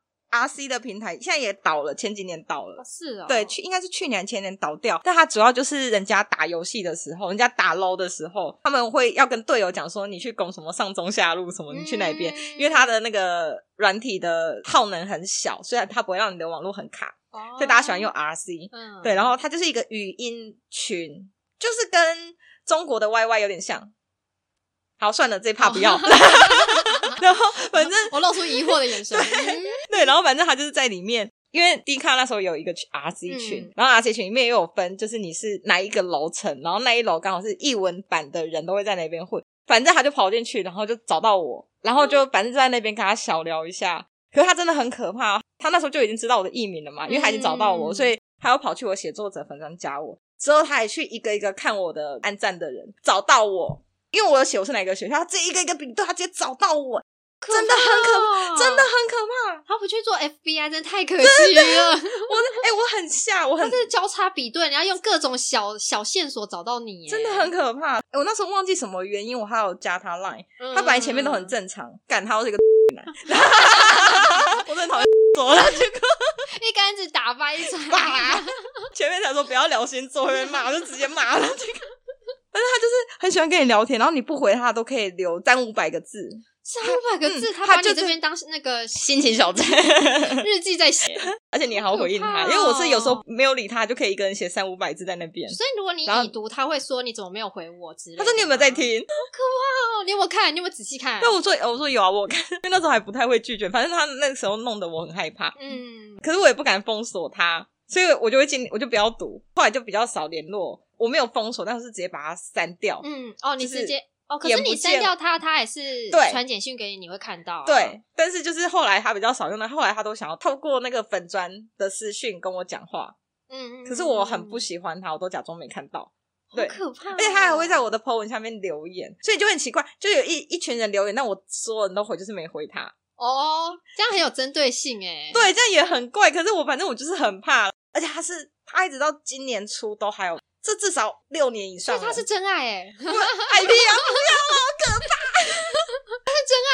Speaker 1: RC 的平台现在也倒了，前几年倒了
Speaker 2: 哦。是哦，
Speaker 1: 对，去应该是去年前年倒掉，但它主要就是人家打游戏的时候，人家打 low 的时候，他们会要跟队友讲说，你去攻什么上中下路什么，你去哪边，
Speaker 2: 嗯
Speaker 1: 因为它的那个软体的耗能很小，虽然它不会让你的网络很卡，
Speaker 2: 哦
Speaker 1: 所以大家喜欢用 RC。
Speaker 2: 嗯
Speaker 1: 对，然后它就是一个语音群，就是跟中国的 YY 有点像。好，算了，这一趴不要。 然后反正
Speaker 2: 我露出疑惑的眼神，嗯
Speaker 1: 对，然后反正他就是在里面，因为 D 卡那时候有一个群 RC 群，
Speaker 2: 嗯
Speaker 1: 然后 RC 群里面也有分，就是你是哪一个楼层，然后那一楼刚好是译文版的人都会在那边混，反正他就跑进去，然后就找到我，然后
Speaker 2: 嗯
Speaker 1: 就反正就在那边跟他小聊一下。可是他真的很可怕，哦他那时候就已经知道我的艺名了嘛，因为他已经找到我，
Speaker 2: 嗯
Speaker 1: 所以他又跑去我写作者粉专加我，之后他还去一个一个看我的暗赞的人，找到我。因为我有写我是哪个学校，他这一个一个比对，他直接找到我，真的很可
Speaker 2: 怕哦
Speaker 1: 真的很可怕。
Speaker 2: 他不去做 FBI，真的太可惜了。
Speaker 1: 我哎、我很吓，我
Speaker 2: 他
Speaker 1: 很
Speaker 2: 是交叉比对，你要用各种小小线索找到你耶，
Speaker 1: 真的很可怕、哎我那时候忘记什么原因，我还有加他 Line，、
Speaker 2: 嗯。
Speaker 1: 他本来前面都很正常，干他又是一个 男，我真的讨 厌说了，结果
Speaker 2: 一竿子打翻一船。
Speaker 1: 啪，前面才说不要聊星座会被骂，我就直接骂了这个。但是他就是很喜欢跟你聊天，然后你不回他都可以留三五百个字，
Speaker 2: 三百个字，
Speaker 1: 嗯
Speaker 2: 他
Speaker 1: 他
Speaker 2: 把你
Speaker 1: 就
Speaker 2: 这
Speaker 1: 是
Speaker 2: 边当那个
Speaker 1: 心情小站，
Speaker 2: 日记在写，
Speaker 1: 而且你还要回应他，
Speaker 2: 好可怕哦
Speaker 1: 因为我是有时候没有理他，就可以一个人写三五百字在那边。
Speaker 2: 所以如果你
Speaker 1: 然后
Speaker 2: 已读，他会说你怎么没有回我之类的
Speaker 1: 他
Speaker 2: 吗。
Speaker 1: 说你有没有在听？
Speaker 2: 哦？你有没有看？你有没有仔细看？
Speaker 1: 那我说我说有啊，我看， 因为那时候还不太会拒绝，反正他那个时候弄得我很害怕，
Speaker 2: 嗯，
Speaker 1: 可是我也不敢封锁他，所以我就会尽我就不要读，后来就比较少联络，我没有封锁，但是直接把它删掉。
Speaker 2: 嗯，哦，你
Speaker 1: 就是
Speaker 2: 直接哦，可
Speaker 1: 眼
Speaker 2: 是你
Speaker 1: 不
Speaker 2: 删
Speaker 1: 见
Speaker 2: 掉他，他还是
Speaker 1: 对
Speaker 2: 传简讯给你，你会看到、啊。
Speaker 1: 对，但是就是后来他比较少用了，后来他都想要透过那个粉砖的私讯跟我讲话，
Speaker 2: 嗯，嗯，
Speaker 1: 可是我很不
Speaker 2: 嗯，
Speaker 1: 喜欢他，我都假装没看到。
Speaker 2: 好
Speaker 1: 对
Speaker 2: 可怕、哦。
Speaker 1: 而且他还会在我的 po 文下面留言，所以就很奇怪，就有一一群人留言，但我所有人都回，就是没回他。
Speaker 2: 哦，这样很有针对性哎。，
Speaker 1: 对，这样也很怪。可是我反正我就是很怕，而且他是他一直到今年初都还有，这至少六年以
Speaker 2: 所
Speaker 1: 上
Speaker 2: 以
Speaker 1: 了。
Speaker 2: 他是真爱哎，真
Speaker 1: 爱屁啊！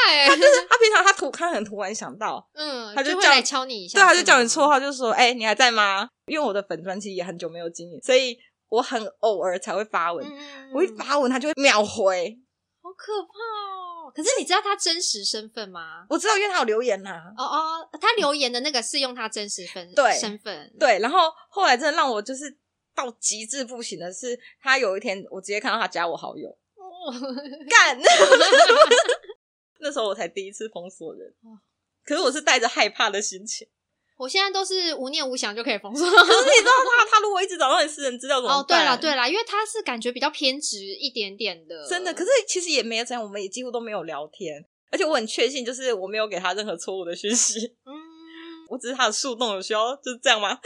Speaker 2: 爱哎，
Speaker 1: 就是他平常他突他很突然想到，
Speaker 2: 嗯，
Speaker 1: 他就
Speaker 2: 会
Speaker 1: 叫
Speaker 2: 来敲你一下。
Speaker 1: 对，他啊就叫你绰
Speaker 2: 错。
Speaker 1: 号，就说：“哎、你还在吗？”因为我的粉专其实也很久没有经营，所以我很偶尔才会发文。
Speaker 2: 嗯，
Speaker 1: 我一发文，他就会秒回。
Speaker 2: 好可怕哦！可是你知道他真实身份吗？
Speaker 1: 我知道，因为他有留言啦、啊
Speaker 2: 哦哦，他留言的那个是用他真实分
Speaker 1: 对
Speaker 2: 身份，
Speaker 1: 对，然后后来真的让我就是到极致不行的是，他有一天我直接看到他加我好友，
Speaker 2: 哦，
Speaker 1: 干，那时候我才第一次封锁人
Speaker 2: 哇。
Speaker 1: 可是我是带着害怕的心 情，
Speaker 2: 我现在都是无念无想就可以 封锁。
Speaker 1: 可是你知道他，他如果一直找到你私人资料怎么
Speaker 2: 哦，对
Speaker 1: 办？
Speaker 2: 了对了，因为他是感觉比较偏执一点点的，
Speaker 1: 真的，可是其实也没有怎样，我们也几乎都没有聊天，而且我很确信，就是我没有给他任何错误的讯息，
Speaker 2: 嗯，
Speaker 1: 我只是他的树洞有需要就是这样吗？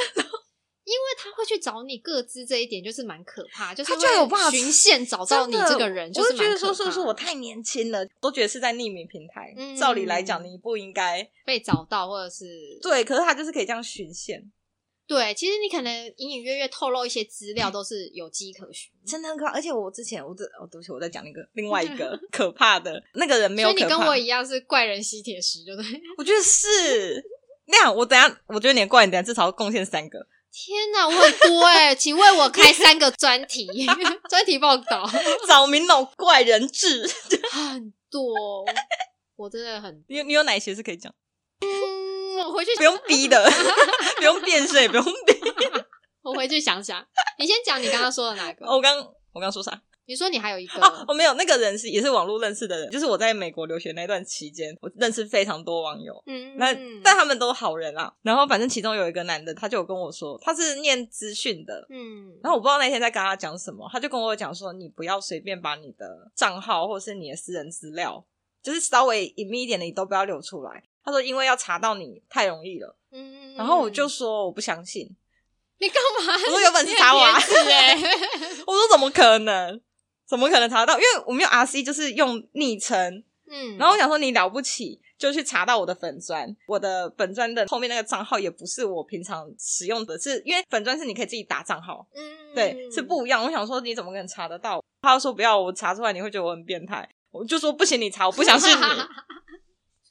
Speaker 2: 因为他会去找你各自这一点，就是蛮可怕，就是
Speaker 1: 他居然有
Speaker 2: 会
Speaker 1: 办法
Speaker 2: 循线找到你
Speaker 1: 真的
Speaker 2: 这个人，
Speaker 1: 我
Speaker 2: 是
Speaker 1: 就觉
Speaker 2: 蛮
Speaker 1: 得
Speaker 2: 可
Speaker 1: 说
Speaker 2: 怕
Speaker 1: 是不是我太年轻了，都觉得是在匿名平台，
Speaker 2: 嗯
Speaker 1: 照理来讲你不应该
Speaker 2: 被找到，或者是
Speaker 1: 对，可是他就是可以这样循线，
Speaker 2: 对，其实你可能隐隐约约透露一些资料，都是有迹可循。
Speaker 1: 真的很可怕。而且我之前我这哦，对不起，我在讲那个另外一 个可怕的那个人没有
Speaker 2: 所以
Speaker 1: 可怕，
Speaker 2: 你跟我一样是怪人吸铁石，对不对？
Speaker 1: 我觉得是那样。我等一下我觉得你的怪你等一下至少要贡献三个，
Speaker 2: 天哪，我很多哎、请为我开三个专题， 专题报道
Speaker 1: 找明老怪人质，
Speaker 2: 很多，我真的很，
Speaker 1: 你有你有哪些是可以讲？
Speaker 2: 嗯，我回去
Speaker 1: 不用逼的，不用变身，也不用逼。
Speaker 2: 我回去想想。你先讲你刚刚说的哪个？
Speaker 1: 哦，我刚我刚说啥？
Speaker 2: 你说你还有一个，
Speaker 1: 哦，我没有，那个人是也是网络认识的人，就是我在美国留学那段期间，我认识非常多网友。
Speaker 2: 嗯，
Speaker 1: 那、
Speaker 2: 嗯
Speaker 1: 但他们都好人啊，然后反正其中有一个男的，他就有跟我说，他是念资讯的，
Speaker 2: 嗯，
Speaker 1: 然后我不知道那天在跟他讲什么，他就跟我讲说，你不要随便把你的账号或是你的私人资料，就是稍微隐秘一点的，你都不要流出来。他说因为要查到你太容易了，
Speaker 2: 嗯，
Speaker 1: 然后我就说我不相信，
Speaker 2: 你干嘛？
Speaker 1: 我说有本事查我啊
Speaker 2: 你很偏执欸
Speaker 1: 我说怎么可能？怎么可能查到？因为我们用 R C 就是用昵称，
Speaker 2: 嗯，
Speaker 1: 然后我想说你了不起，就去查到我的粉砖，我的粉砖的后面那个账号也不是我平常使用的是，因为粉砖是你可以自己打账号，
Speaker 2: 嗯，
Speaker 1: 对，是不一样。我想说你怎么可能查得到？他就说不要，我查出来你会觉得我很变态。我就说不行，你查，我不相 信你，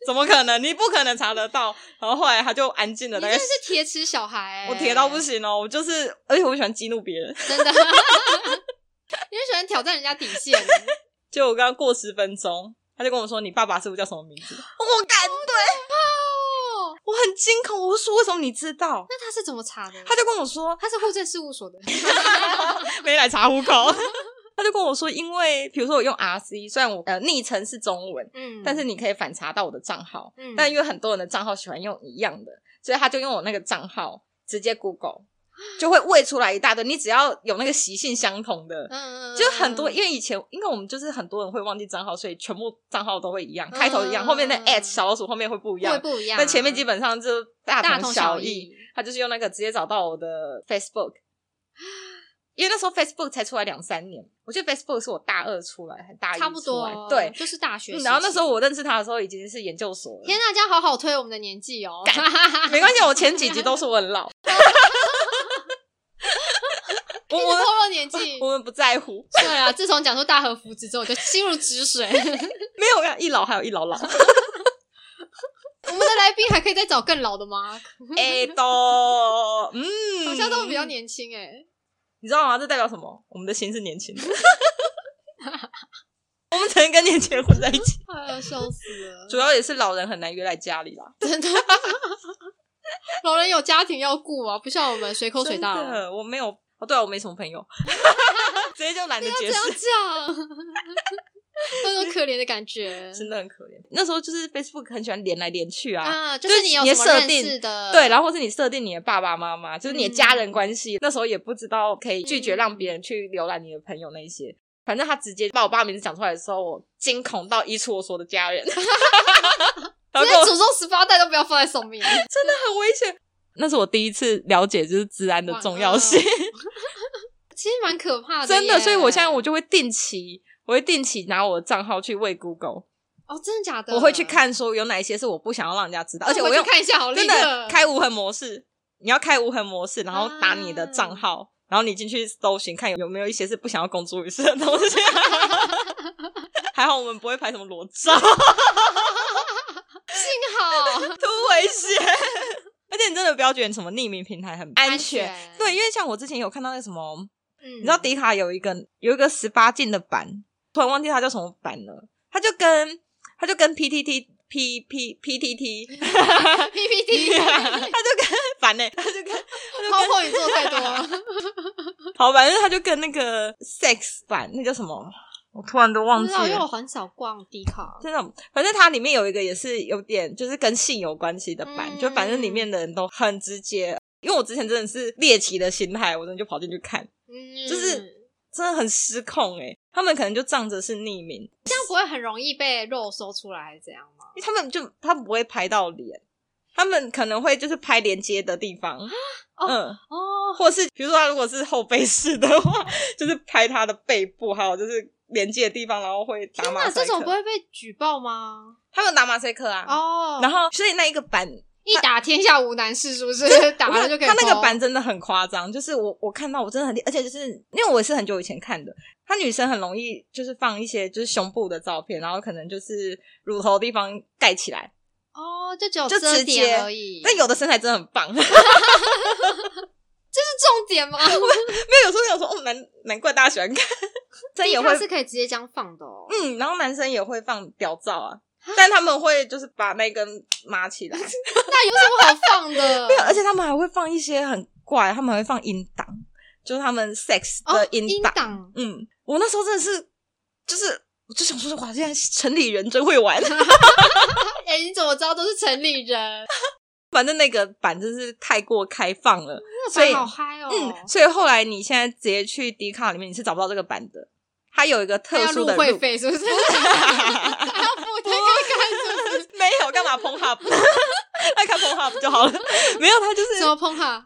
Speaker 1: 怎么可能？你不可能查得到。然后后来他就安静
Speaker 2: 你
Speaker 1: 了，
Speaker 2: 真
Speaker 1: 大
Speaker 2: 的
Speaker 1: 概
Speaker 2: 是铁齿小孩欸、
Speaker 1: 我铁到不行哦，我就是，而且我喜欢激怒别人。
Speaker 2: 真的，你很喜欢挑战人家底线。欸
Speaker 1: 结果我刚刚过十分钟，他就跟我说：“你爸爸是不是叫什么名字？” 我敢对，
Speaker 2: 哦，
Speaker 1: 我很惊恐，我说：“为什么你知道
Speaker 2: 那他是怎么查的？？”
Speaker 1: 他就跟我说
Speaker 2: 他是户政事务所的，：“
Speaker 1: 没来查户口。” 他就跟我说：“因为比如说我用 RC，虽然我呃昵称是中文，
Speaker 2: 嗯，
Speaker 1: 但是你可以反查到我的账号，
Speaker 2: 嗯，
Speaker 1: 但因为很多人的账号喜欢用一样的，所以他就用我那个账号直接 Google。”就会喂出来一大堆，你只要有那个习性相同的，
Speaker 2: 嗯，嗯
Speaker 1: 就很多，因为以前因为我们就是很多人会忘记账号，所以全部账号都会一样，开头一样，
Speaker 2: 嗯
Speaker 1: 后面的 at 小老鼠后面会不一样
Speaker 2: 会，不一样，啊
Speaker 1: 但前面基本上就大
Speaker 2: 大
Speaker 1: 同
Speaker 2: 同
Speaker 1: 小异。
Speaker 2: 异。
Speaker 1: 他就是用那个直接找到我的 Facebook，因为那时候 Facebook 才出来两三年，我觉得 Facebook 是我大二出来，还大一
Speaker 2: 差不
Speaker 1: E 出来
Speaker 2: 多，
Speaker 1: 对。
Speaker 2: 就是大学
Speaker 1: 嗯
Speaker 2: 时期。
Speaker 1: 然后那时候我认识他的时候已经是研究所了，
Speaker 2: 天呐，这样好好推我们的年 纪哦，
Speaker 1: 没关系，我前几集都说我很 老，我
Speaker 2: 一直透
Speaker 1: 我
Speaker 2: 露年纪。
Speaker 1: 我们不在乎，
Speaker 2: 对啊，自从讲出大和福子之后，我就心如止水。 我
Speaker 1: 没有呀，一老还有一老老。
Speaker 2: 们的来宾还可以再找更老的吗？
Speaker 1: 哎、都，嗯，
Speaker 2: 好像都比较年轻哎、
Speaker 1: 你知道吗？这代表什么？我们的心是年 轻的，我们曾经跟年轻人混在一起，
Speaker 2: 哎呀，笑死了！
Speaker 1: 主要也是老人很难约来家里啦。
Speaker 2: 真的，老人有家庭要顾啊，不像我们随口水啊大
Speaker 1: 真
Speaker 2: 了。
Speaker 1: 的，我没有哦，对啊，我没什么朋 友，直接就懒得
Speaker 2: 不
Speaker 1: 解
Speaker 2: 要这样
Speaker 1: 释，
Speaker 2: 讲，那种可怜的感觉
Speaker 1: 真的很可怜。那时候就是 Facebook 很喜欢连来连去啊。
Speaker 2: 啊，就
Speaker 1: 就是是
Speaker 2: 你有
Speaker 1: 你的
Speaker 2: 什么
Speaker 1: 设
Speaker 2: 认
Speaker 1: 定
Speaker 2: 识的，
Speaker 1: 对，然
Speaker 2: 后
Speaker 1: 后或是你设定你的爸爸妈妈，就是你的
Speaker 2: 嗯
Speaker 1: 家人关系，那时候也不知道可以拒绝让别人去浏览你的朋友那一些。反正他直接把我爸名字讲出来的时候，我惊恐到一出我所有的家人， 然后跟
Speaker 2: 连
Speaker 1: 我
Speaker 2: 祖宗十八代都不要放在上面，
Speaker 1: 很危险。那是我第一次了解就是治安的重要性，
Speaker 2: 其实蛮可怕嗯的耶。
Speaker 1: 真的。所以我现在我就会定期，我会定期拿我的账号去喂 Google，
Speaker 2: 哦，真的假的？
Speaker 1: 我会去，看说有哪一些是我不想要让人家知道，而且
Speaker 2: 我
Speaker 1: 我
Speaker 2: 去
Speaker 1: 用
Speaker 2: 看一下，好
Speaker 1: 真
Speaker 2: 累
Speaker 1: 的开无痕模式，你要开无痕模式，然后打你
Speaker 2: 啊
Speaker 1: 的账号，然后你进去搜寻看有没有一些是不想要公诸于世的东 西。还好我们不会拍什么裸照，
Speaker 2: 幸好
Speaker 1: 突危险。 而且你真的不要觉得什么匿名平台很安全，
Speaker 2: 安全
Speaker 1: 对，因为像我之前有看到那个什么，
Speaker 2: 嗯
Speaker 1: 你知道迪卡有一个有一个十八禁的版，突然忘记它叫什么版了，它就跟它就跟 PTT P P PTT，
Speaker 2: PPT
Speaker 1: 它就跟烦呢、它就跟
Speaker 2: 泡泡你做太多 了，
Speaker 1: 好，反正它就跟那个 sex 版那叫什么，我突然都忘
Speaker 2: 不
Speaker 1: 记
Speaker 2: 知道，因为我
Speaker 1: 了。
Speaker 2: 很少逛 D 卡。
Speaker 1: 真的，反正它里面有一个也是有点就是跟性有关系的版，
Speaker 2: 嗯
Speaker 1: 就反正里面的人都很直接。因为我之前真的是猎奇的心态，我真的就跑进去看，
Speaker 2: 嗯，
Speaker 1: 就是真的很失控诶、他们可能就仗着是匿名，
Speaker 2: 这样不会很容易被肉搜出来，还是怎样吗？
Speaker 1: 因为他们就他们不会拍到脸，他们可能会就是拍连接的地方，
Speaker 2: 哦
Speaker 1: 嗯，
Speaker 2: 哦，
Speaker 1: 或是比如说他如果是后背式的话， 就是拍他的背部，还有就是连接的地方，然后会打
Speaker 2: 天
Speaker 1: 马
Speaker 2: 哪，
Speaker 1: 赛
Speaker 2: 这种不
Speaker 1: 克。
Speaker 2: 会被举报吗？
Speaker 1: 他们打马赛克啊，
Speaker 2: 哦，
Speaker 1: 然后所以那一个版，
Speaker 2: 一打天下无难事，是不是？ 打
Speaker 1: 我看
Speaker 2: 了就可以
Speaker 1: 他
Speaker 2: 剖。
Speaker 1: 那个版真的很夸张，就是我我看到我真的很，而且就是因为我也是很久以前看的，他女生很容易就是放一些就是胸部的照片，然后可能就是乳头的地方盖起来，
Speaker 2: 哦，就只有
Speaker 1: 就直
Speaker 2: 遮
Speaker 1: 接
Speaker 2: 点而已。
Speaker 1: 但有的身材真的很棒。
Speaker 2: 重点吗？
Speaker 1: 没有，有时候想说，哦，难难怪大家喜 欢看，真也会
Speaker 2: 它，是可以直接这样放的哦。
Speaker 1: 嗯，然后男生也会放屌照啊，但他们会就是把那根麻起 来，
Speaker 2: 那有什么好放 的？
Speaker 1: 没有，而且他们还会放一些很怪，他们还会放音档，就是他们 sex
Speaker 2: 哦
Speaker 1: 的，音档，
Speaker 2: 档
Speaker 1: 嗯，我那时候真的是，就是我就想说，哇，现在城里人真会玩，
Speaker 2: 哎，你怎么知道都是城里人？
Speaker 1: 反正那个版真是太过开放了，
Speaker 2: 那
Speaker 1: 所以
Speaker 2: 版好嗨哦！
Speaker 1: 嗯，所以后来你现在直接去 d 卡里面，你是找不到这个版的。它有一个特
Speaker 2: 那要
Speaker 1: 殊
Speaker 2: 入
Speaker 1: 的
Speaker 2: 会
Speaker 1: 入
Speaker 2: 费是不是？还要付那个看是不是？
Speaker 1: 没有，干嘛 p o n h u b 爱看 p o n h u b 就好 了。没有，他就是
Speaker 2: 什么碰哈？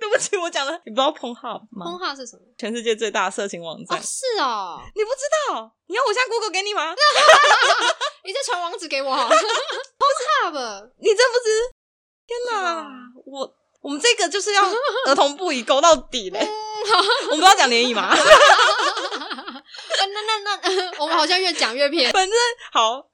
Speaker 1: 对不起，我讲了，你不知道 p o n h u b
Speaker 2: 碰
Speaker 1: 吗？
Speaker 2: 哈是什么？
Speaker 1: 全世界最大的色情网站，
Speaker 2: 哦，是哦，
Speaker 1: 你不知道？你要我现在 Google 给你吗？
Speaker 2: 你再传网址给我呃好了。碰哈吧，
Speaker 1: 你真不知？天哪
Speaker 2: 哇，
Speaker 1: 我我们这个就是要儿童不宜勾到底嘞。
Speaker 2: 嗯
Speaker 1: 我们不要讲联谊嘛，
Speaker 2: 啊那那那，我们好像越讲越偏。
Speaker 1: 反正好啊，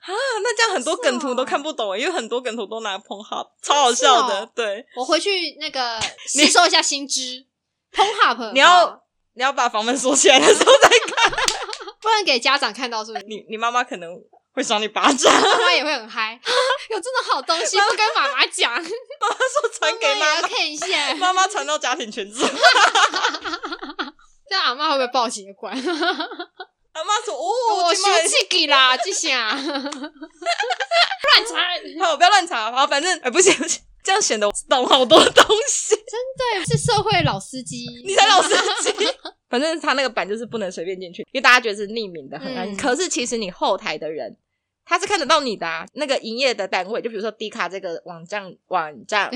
Speaker 1: 那这样很多梗
Speaker 2: 是
Speaker 1: 图
Speaker 2: 哦
Speaker 1: 都看不懂，因为很多梗图都拿 p o n h u b 超好笑
Speaker 2: 是
Speaker 1: 的
Speaker 2: 哦。
Speaker 1: 对，
Speaker 2: 我回去那个吸收一下新知。碰哈吧，
Speaker 1: 你要你要把房门锁起来的时候再看，
Speaker 2: 不然给家长看到是不是？
Speaker 1: 你你妈妈可能会赏你巴掌。
Speaker 2: 妈妈也会很嗨，有这种好东西不跟妈妈讲，
Speaker 1: 说传给
Speaker 2: 妈
Speaker 1: 妈
Speaker 2: 妈也要
Speaker 1: 妈，
Speaker 2: 看一下。
Speaker 1: 妈妈传到家庭群 组，
Speaker 2: 这样阿妈会不会报警管？
Speaker 1: 阿妈说：“哦，
Speaker 2: 我
Speaker 1: 今
Speaker 2: 生
Speaker 1: 晚
Speaker 2: 气给啦，这下乱传。
Speaker 1: 好，不要乱查，好，反正哎、不行不行，这样显得我懂好多东西，
Speaker 2: 对，是社会老司机，
Speaker 1: 你才老司机。 反正他那个版就是不能随便进去，因为大家觉得是匿名的很安、
Speaker 2: 嗯
Speaker 1: 可是其实你后台的人。”他是看得到你的、啊，那个营业的单位，就比如说 D 卡这个网站网站，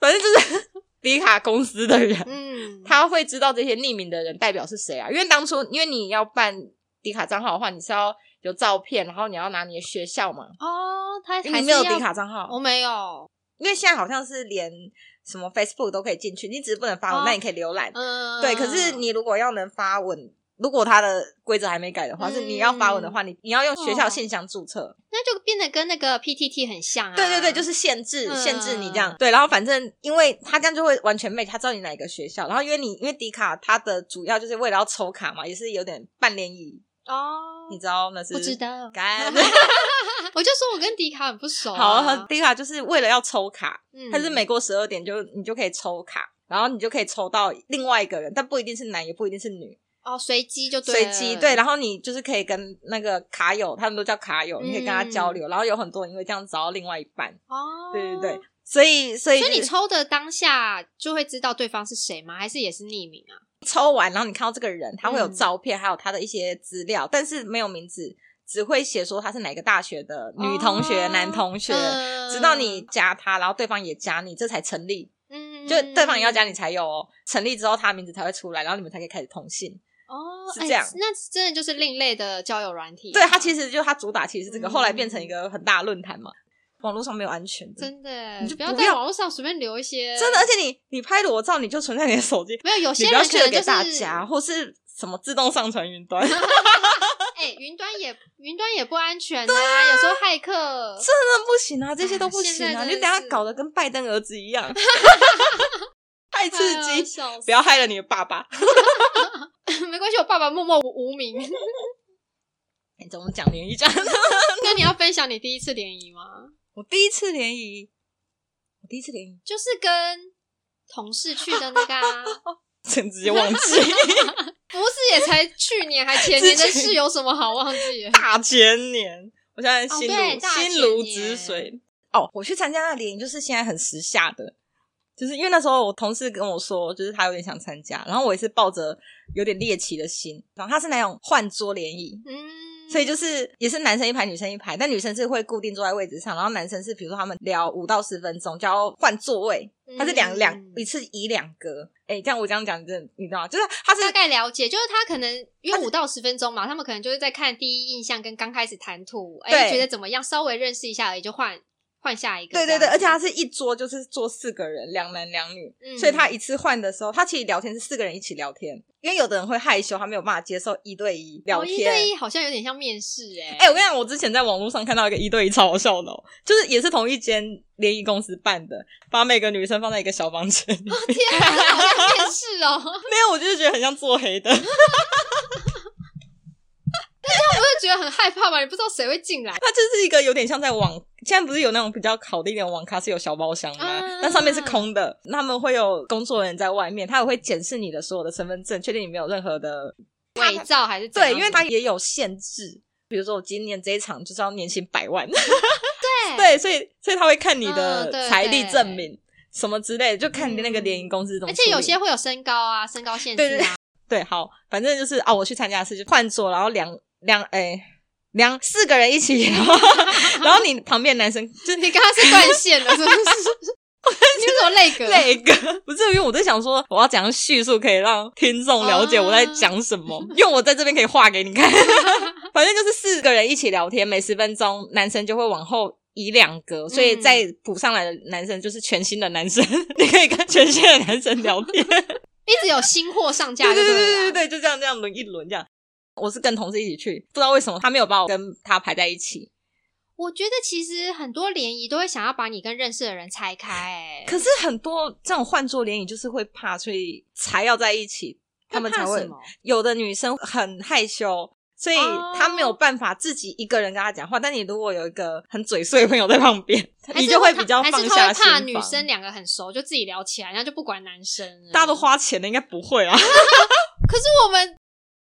Speaker 1: 反正就是 D 卡公司的人，
Speaker 2: 嗯，
Speaker 1: 他会知道这些匿名的人代表是谁啊？因为当初因为你要办迪卡账号的话，你是要有照片，然后你要拿你的学校嘛。
Speaker 2: 哦，他
Speaker 1: 你
Speaker 2: 还是
Speaker 1: 没有
Speaker 2: 要哦
Speaker 1: 迪，卡账号
Speaker 2: 我，没有，
Speaker 1: 因为现在好像是连什么 Facebook 都可以进去，你只是不能发文，
Speaker 2: 哦
Speaker 1: 那你可以浏览。
Speaker 2: 嗯，
Speaker 1: 对，可是你如果要能发文，如果它的规则还没改的话，
Speaker 2: 嗯
Speaker 1: 是你要发文的话，你你要用学校信箱注册。
Speaker 2: 那就变得跟那个 PTT 很像啊，
Speaker 1: 对对对，就是是限制、
Speaker 2: 嗯
Speaker 1: 限制你这样。对，然后反正因为他这样就会完全被他知道你哪一个学校，然后因为你因为迪卡它的主要就是为了要抽卡嘛，也是有点半联谊，
Speaker 2: 哦，
Speaker 1: 你知道那是
Speaker 2: 不知道，
Speaker 1: 干。
Speaker 2: 我就说我跟迪卡很不熟
Speaker 1: 好，
Speaker 2: 啊，
Speaker 1: 它迪卡就是为了要抽卡，
Speaker 2: 嗯
Speaker 1: 它是每过十二点就你就可以抽卡，然后你就可以抽到另外一个人，但不一定是男，也不一定是女，
Speaker 2: 哦随机就对
Speaker 1: 随
Speaker 2: 了
Speaker 1: 机对。然后你就是可以跟那个卡友，他们都叫卡友，
Speaker 2: 嗯
Speaker 1: 你可以跟他交流。然后有很多人因为这样找到另外一半，
Speaker 2: 哦，
Speaker 1: 对对对。所以，所以
Speaker 2: 所以你
Speaker 1: 就是
Speaker 2: 抽的当下就会知道对方是谁吗？还是也是匿名啊？
Speaker 1: 抽完，然后你看到这个人，他会有
Speaker 2: 嗯
Speaker 1: 照片，还有他的一些资料，但是没有名字，只会写说他是哪个大学的女同学、
Speaker 2: 哦
Speaker 1: 男同学，
Speaker 2: 嗯
Speaker 1: 直到你加他，然后对方也加你，这才成立。
Speaker 2: 嗯，
Speaker 1: 就对方也要加你才有哦，成立之后他名字才会出来，然后你们才可以开始通信。
Speaker 2: 哦，
Speaker 1: 是
Speaker 2: 哎
Speaker 1: 这样
Speaker 2: 那真的就是另类的交友软体。啊
Speaker 1: 对它其实就它主打其实是这个，
Speaker 2: 嗯
Speaker 1: 后来变成一个很大的论坛嘛。网络上没有安全的，
Speaker 2: 真的，
Speaker 1: 你就
Speaker 2: 不要
Speaker 1: 不
Speaker 2: 在
Speaker 1: 要
Speaker 2: 网络上随便留一些
Speaker 1: 真的，而且你你拍裸照你就存在你的手机，
Speaker 2: 没有有
Speaker 1: 你
Speaker 2: 些
Speaker 1: 不要
Speaker 2: 人可
Speaker 1: share
Speaker 2: 能就
Speaker 1: 给
Speaker 2: 是
Speaker 1: 大家， 或是什么自动上传云端， 真的
Speaker 2: 哎，云端也云端也不安全啊，有时候骇客
Speaker 1: 不行啊，这些都不行
Speaker 2: 现在
Speaker 1: 啊，
Speaker 2: 真
Speaker 1: 你
Speaker 2: 的
Speaker 1: 等下
Speaker 2: 是
Speaker 1: 搞得跟拜登儿子一样， 太刺
Speaker 2: 哎呦
Speaker 1: 激，
Speaker 2: 笑
Speaker 1: 不要害了你的爸爸。
Speaker 2: 死没关系，我爸爸默默无名。
Speaker 1: 哎怎么讲联谊这样？
Speaker 2: 那你要分享你第一次联谊吗？
Speaker 1: 我第一次联谊，我第一次联谊，
Speaker 2: 就是跟同事去的那个啊，
Speaker 1: 真直接忘记
Speaker 2: 不是也才去年还前年的
Speaker 1: 之前
Speaker 2: 事，有什么好忘 记的？
Speaker 1: 大前年，我现在心如、
Speaker 2: 哦对大前
Speaker 1: 心如止水。哦，我去参加那联谊，就是现在很时下的，就是因为那时候我同事跟我说，就是他有点想参加，然后我也是抱着有点猎奇的心，然后他是那种换桌联谊。
Speaker 2: 嗯，
Speaker 1: 所以就是也是男生一排，女生一排，但女生是会固定坐在位置上，然后男生是比如说他们聊五到十分钟就要换座位，他是两两
Speaker 2: 嗯
Speaker 1: 一次移两格，哎、这样我这样讲真的，你知道吗？就是他是
Speaker 2: 大概了解，就是他可能因为五到十分钟嘛，他们可能就是在看第一印象跟刚开始谈吐，哎、
Speaker 1: 对
Speaker 2: 觉得怎么样，稍微认识一下而已，就换换下一个这
Speaker 1: 对
Speaker 2: 样
Speaker 1: 对
Speaker 2: 子。
Speaker 1: 对，而且他是一桌就是坐四个人，两男两女，
Speaker 2: 嗯
Speaker 1: 所以他一次换的时候，他其实聊天是四个人一起聊天，因为有的人会害羞，他没有办法接受一对一聊
Speaker 2: 哦一
Speaker 1: 天。
Speaker 2: 对一好像有点像面试哎、
Speaker 1: 哎、我跟你讲，我之前在网络上看到一个一对一超好笑的、哦，就是也是同一间联谊公司办的，把每个女生放在一个小房 间里，
Speaker 2: 天啊，好像面试哦，
Speaker 1: 没有，我就是觉得很像做黑的。
Speaker 2: 我就觉得很害怕吧，你不知道谁会进来。
Speaker 1: 它就是一个有点像在网，现在不是有那种比较好的一点的网咖是有小包厢吗？
Speaker 2: 啊
Speaker 1: 那上面是空的，那他们会有工作人员在外面，他也会检视你的所有的身份证，确定你没有任何的
Speaker 2: 伪造还是怎样
Speaker 1: 对，因为它也有限制。比如说，我今年这一场就是要年薪百万，
Speaker 2: 对
Speaker 1: 对，所以所以他会看你
Speaker 2: 嗯
Speaker 1: 的
Speaker 2: 对
Speaker 1: 财力证明、什么之类的，就看你那个
Speaker 2: 嗯
Speaker 1: 联营公司怎么
Speaker 2: 而
Speaker 1: 处理。
Speaker 2: 且有些会有身高啊，身高限制
Speaker 1: 对对
Speaker 2: 啊，
Speaker 1: 对，好，反正就是啊，我去参加的是就换桌，然后两两哎两四个人一起，然 后然后你旁边的男生就是
Speaker 2: 你刚刚是断线了，是不是？ 你有什么泪格？
Speaker 1: 那个 不是，因为我在想说，我要怎样叙述可以让听众了解我在讲什 么，因为我在这边可以画给你看。 反正就是四个人一起聊天，每十分钟男生就会往后移两
Speaker 2: 嗯
Speaker 1: 格，所以再补上来的男生就是全新的男生， 你可以跟全新的男生聊 天。
Speaker 2: 一直有新货上架
Speaker 1: 对
Speaker 2: 就
Speaker 1: 对
Speaker 2: 对
Speaker 1: 对对
Speaker 2: 了
Speaker 1: 对对，就这样这样轮一轮这样。我是跟同事一起去，不知道为什么他没有把我跟他排在一起。
Speaker 2: 我觉得其实很多联谊都会想要把你跟认识的人拆开、哎，
Speaker 1: 可是很多这种换桌联谊就是会怕，所以才要在一起，他们才
Speaker 2: 怕
Speaker 1: 会
Speaker 2: 什么
Speaker 1: 有的女生很害羞，所以
Speaker 2: 哦
Speaker 1: 她没有办法自己一个人跟她讲话。但你如果有一个很嘴碎的朋友在旁边，
Speaker 2: 还
Speaker 1: 你
Speaker 2: 是
Speaker 1: 就会
Speaker 2: 他
Speaker 1: 比较
Speaker 2: 还
Speaker 1: 放
Speaker 2: 是他
Speaker 1: 下
Speaker 2: 会
Speaker 1: 心
Speaker 2: 怕
Speaker 1: 防。
Speaker 2: 女生两个很熟就自己聊起来，然后就不管男生了。
Speaker 1: 大家都花钱的，应该不会啊。
Speaker 2: 可是我们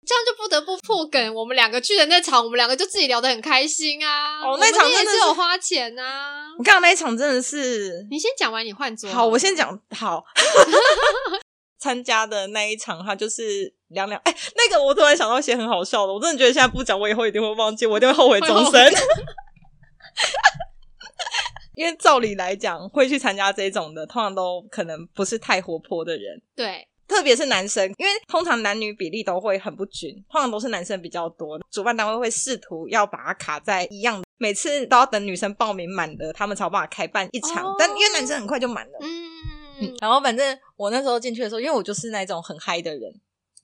Speaker 2: 这样就不得不破梗。我们两个去的那场，我们两个就自己聊得很开心啊。
Speaker 1: 哦
Speaker 2: 我们
Speaker 1: 那场
Speaker 2: 也
Speaker 1: 真的
Speaker 2: 是
Speaker 1: 是
Speaker 2: 有花钱啊。
Speaker 1: 我刚刚那一场真的是
Speaker 2: 你先讲完，你换桌。
Speaker 1: 好，我先讲好。 参加的那一场，他就是两两哎，那个我突然想到一些很好笑的，我真的觉得现在不讲，我以后一定会忘记，我一定会后悔终
Speaker 2: 会
Speaker 1: 身。 因为照理来讲，会去参加这种的，通常都可能不是太活泼的人，
Speaker 2: 对，
Speaker 1: 特别是男生，因为通常男女比例都会很不均，通常都是男生比较多。主办单位会试图要把它卡在一样的，每次都要等女生报名满了，他们才有办法开办一场。
Speaker 2: 哦
Speaker 1: 但因为男生很快就满了，嗯
Speaker 2: 嗯，
Speaker 1: 然后反正我那时候进去的时候，因为我就是那种很嗨的人，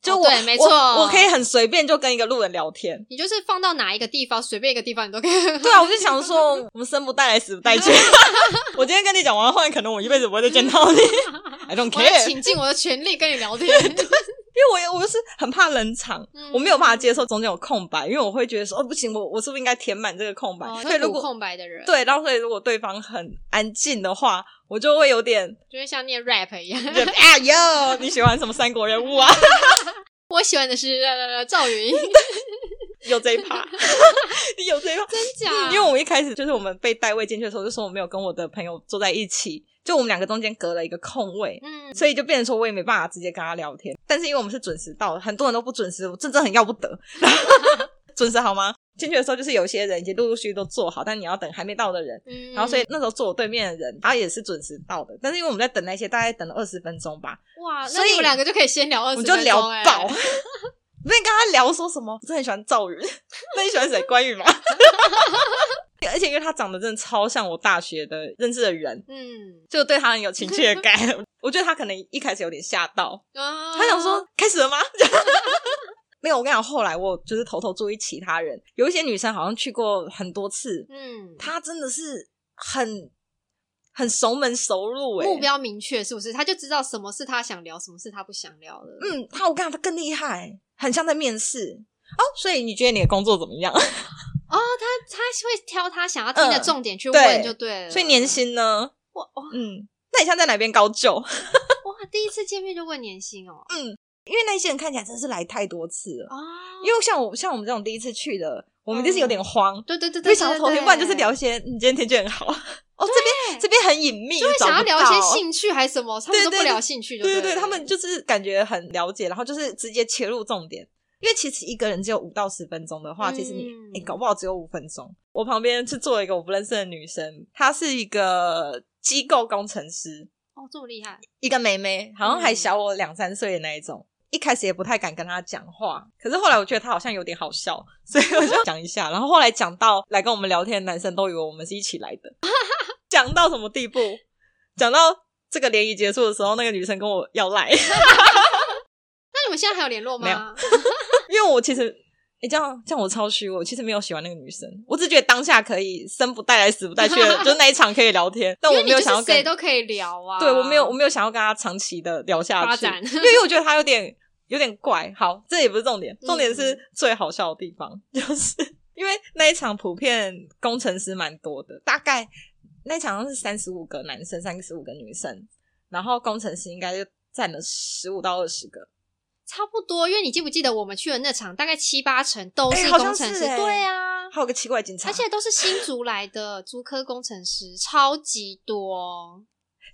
Speaker 1: 就我、
Speaker 2: 哦对没错。
Speaker 1: 我，我可以很随便就跟一个路人聊天
Speaker 2: 你就是放到哪一个地方，随便一个地方你都可以。
Speaker 1: 对啊，我就想说，我们生不带来，死不带去。 我今天跟你讲完话，可能我一辈子不会再见到 你。I don't
Speaker 2: 我要
Speaker 1: care，因
Speaker 2: 倾尽我的全力跟你聊天。
Speaker 1: 为我也我就是很怕冷场，
Speaker 2: 嗯
Speaker 1: 我没有办法接受中间有空白，因为我会觉得说，哦，不行，我我是不是应该填满这个空白？
Speaker 2: 哦，
Speaker 1: 所以
Speaker 2: 那
Speaker 1: 如
Speaker 2: 补
Speaker 1: 果
Speaker 2: 空白的人，，
Speaker 1: 对，然后所以如果对方很安静的话，我就会有 点
Speaker 2: 就会像念 rap 一样。
Speaker 1: 就啊哟，你喜欢什么三国人物啊？
Speaker 2: 我喜欢的是呃赵云，
Speaker 1: 有这一 趴，你有这一趴，
Speaker 2: 真假？
Speaker 1: 因为我们一开始就是我们被代位进去的时候，就说我没有跟我的朋友坐在一起，就我们两个中间隔了一个空位，
Speaker 2: 嗯，
Speaker 1: 所以就变成说我也没办法直接跟他聊天。但是因为我们是准时到的，很多人都不准时，我真的很要不得。 准时好吗？进去的时候就是有些人已经陆陆续续都坐好，但你要等还没到的人。
Speaker 2: 嗯
Speaker 1: 然后所以那时候坐我对面的人，他也是准时到的，但是因为我们在等那些，大概等了二十分钟吧，
Speaker 2: 嗯哇，那
Speaker 1: 所以
Speaker 2: 你们两个就可以先聊二
Speaker 1: 我
Speaker 2: 十
Speaker 1: 们 就
Speaker 2: 分钟，
Speaker 1: 聊
Speaker 2: 哎
Speaker 1: 爆。你跟他聊说什么？我真的很喜欢 赵云，那你喜欢谁？关羽吗？ 而且因为他长得真的超像我大学的认识的人，
Speaker 2: 嗯
Speaker 1: 就对他很有亲切 感。我觉得他可能一开始有点吓到，
Speaker 2: 啊，
Speaker 1: 他想说开始了吗？ 没有，我跟你讲，后来我就是偷偷注意其他人，有一些女生好像去过很多次，
Speaker 2: 嗯，
Speaker 1: 她真的是很很熟门熟路、欸，
Speaker 2: 目标明确是不是？他就知道什么是他想聊，什么是他不想聊的。
Speaker 1: 嗯，他我跟你讲，他更厉害，很像在面试哦。所以你觉得你的工作怎么样？
Speaker 2: 哦，他他会挑他想要听的
Speaker 1: 嗯
Speaker 2: 重点去
Speaker 1: 对
Speaker 2: 问就对 了。
Speaker 1: 所以年薪呢？
Speaker 2: 哇哇
Speaker 1: 嗯，那你像在哪边高就？
Speaker 2: 哇，第一次见面就问年薪哦
Speaker 1: 因为那些人看起来真是来太多次了。
Speaker 2: 啊！
Speaker 1: 哦因为像我像我们这种第一次去的，我们就是有点慌，
Speaker 2: 对对对对，
Speaker 1: 会想要
Speaker 2: 对
Speaker 1: 头天，
Speaker 2: 对
Speaker 1: 不然就是聊一些嗯你今天天气很好 哦，这边这边很隐秘，
Speaker 2: 就会想要聊一
Speaker 1: 找
Speaker 2: 些
Speaker 1: 不到。
Speaker 2: 兴趣还是什么，他们
Speaker 1: 对
Speaker 2: 都
Speaker 1: 对
Speaker 2: 不
Speaker 1: 对
Speaker 2: 聊兴趣就
Speaker 1: 对
Speaker 2: 对
Speaker 1: 对对，
Speaker 2: 了
Speaker 1: 他们就是感觉很了解，然后就是直接切入重点。因为其实一个人只有五到十分钟的话，
Speaker 2: 嗯
Speaker 1: 其实你诶、搞不好只有五分钟。我旁边是坐了一个我不认识的女生，她是一个机构工程师，
Speaker 2: 哦这么厉害，
Speaker 1: 一个妹妹，好像还小我两三岁的那一种。一开始也不太敢跟她讲话，可是后来我觉得她好像有点好笑，所以我就 讲一下。然后后来讲到来跟我们聊天的男生都以为我们是一起来的，讲到什么地步？讲到这个联谊结束的时候，那个女生跟我要赖，
Speaker 2: 那你们现在还有联络
Speaker 1: 没有
Speaker 2: 吗？
Speaker 1: 因为我其实。诶这样这样我超虚，我其实没有喜欢那个女生，我只觉得当下可以生不带来死不带去 的，就是那一场可以聊天，但
Speaker 2: 因
Speaker 1: 我
Speaker 2: 为你
Speaker 1: 没有
Speaker 2: 就是
Speaker 1: 想要跟
Speaker 2: 谁都可以聊啊。
Speaker 1: 对我没有，我没有想要跟他长期的聊下去，
Speaker 2: 发展
Speaker 1: 因为我觉得他有点有点怪。好，这也不是重点，
Speaker 2: 嗯
Speaker 1: 重点是最好笑的地方，就是因为那一场普遍工程师蛮多的，大概那一场好像是三十五个男生，三十五个女生，然后工程师应该就占了十五到二十个，
Speaker 2: 差不多，因为你记不记得我们去的那场，大概七八成都
Speaker 1: 哎
Speaker 2: 是
Speaker 1: 好像
Speaker 2: 工程
Speaker 1: 是
Speaker 2: 师，
Speaker 1: 哎
Speaker 2: 对啊，
Speaker 1: 还有个奇怪的警察。
Speaker 2: 而且都是新竹来的竹科工程师，超级多。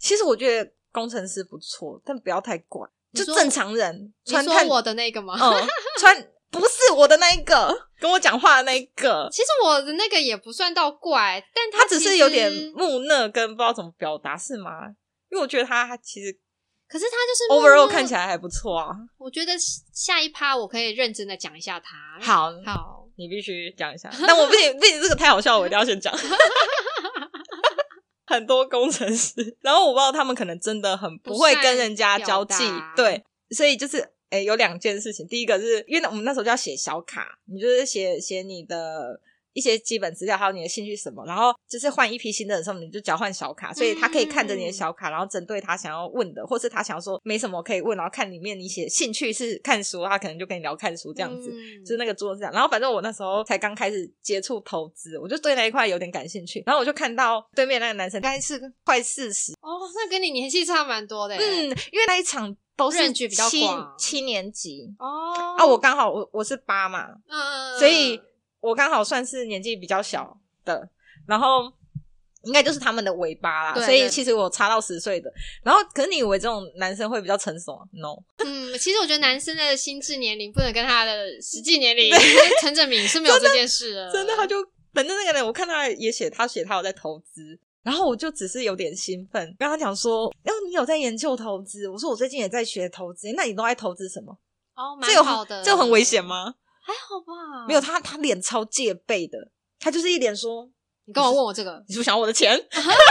Speaker 1: 其实我觉得工程师不错，但不要太怪，
Speaker 2: 你
Speaker 1: 就
Speaker 2: 说
Speaker 1: 正常人
Speaker 2: 你
Speaker 1: 穿
Speaker 2: 说
Speaker 1: 探
Speaker 2: 我的那个吗？
Speaker 1: 嗯，穿不是我的那一个，跟我讲话的那一 个，
Speaker 2: 其实我的那个也不算到怪，但
Speaker 1: 他只
Speaker 2: 其实
Speaker 1: 是有点木讷跟不知道怎么表达是吗？因为我觉得他他其实
Speaker 2: 可是他就是默默
Speaker 1: overall 看起来还不错啊。
Speaker 2: 我觉得下一趴我可以认真的讲一下他。
Speaker 1: 好，
Speaker 2: 好，
Speaker 1: 你必须讲一下，但我不仅不仅这个太好笑了，我一定要先讲。 很多工程师，然后我不知道他们可能真的很不会跟人家交际
Speaker 2: 不善表达，
Speaker 1: 对，所以就是诶、有两件事情，第一个是因为我们那时候就要写小卡，你就是写写你的。一些基本资料，还有你的兴趣什么，然后就是换一批新的人的时候，你就交换小卡，所以他可以看着
Speaker 2: 嗯
Speaker 1: 你的小卡，然后针对他想要问的，或是他想说没什么可以问，然后看里面你写兴趣是看书，他可能就跟你聊看书这样子。
Speaker 2: 嗯
Speaker 1: 就是那个桌子上。然后反正我那时候才刚开始接触投资，我就对那一块有点感兴趣。然后我就看到对面那个男生，大概是快四十，
Speaker 2: 哦，那跟你年纪差蛮多的。欸
Speaker 1: 嗯，，因为那一场都是
Speaker 2: Range 比较
Speaker 1: 七
Speaker 2: 广
Speaker 1: 七年级
Speaker 2: 哦，
Speaker 1: 啊，我刚好我我是八嘛，
Speaker 2: 嗯，
Speaker 1: 所以我刚好算是年纪比较小的，然后。应该就是他们的尾巴啦，
Speaker 2: 对
Speaker 1: 所以
Speaker 2: 对
Speaker 1: 其实我差到十岁的。然后，可是你以为这种男生会比较成熟啊？No，
Speaker 2: 嗯，其实我觉得男生的心智年龄不能跟他的实际年龄 陈正明是没有这件事的，
Speaker 1: 真的，他就反正那个人，我看他也写，他写他有在投资，然后我就只是有点兴奋，跟他讲说，然后你有在研究投资，我说我最近也在学投资，那你都在投资什么？
Speaker 2: 哦，
Speaker 1: 这
Speaker 2: 蛮
Speaker 1: 有
Speaker 2: 好的，嗯
Speaker 1: 这有很危险？吗？
Speaker 2: 还好吧，
Speaker 1: 没有，，他他脸超戒备的，他就是一脸说，
Speaker 2: 你干嘛问我这个？
Speaker 1: 你是不是想要我的钱？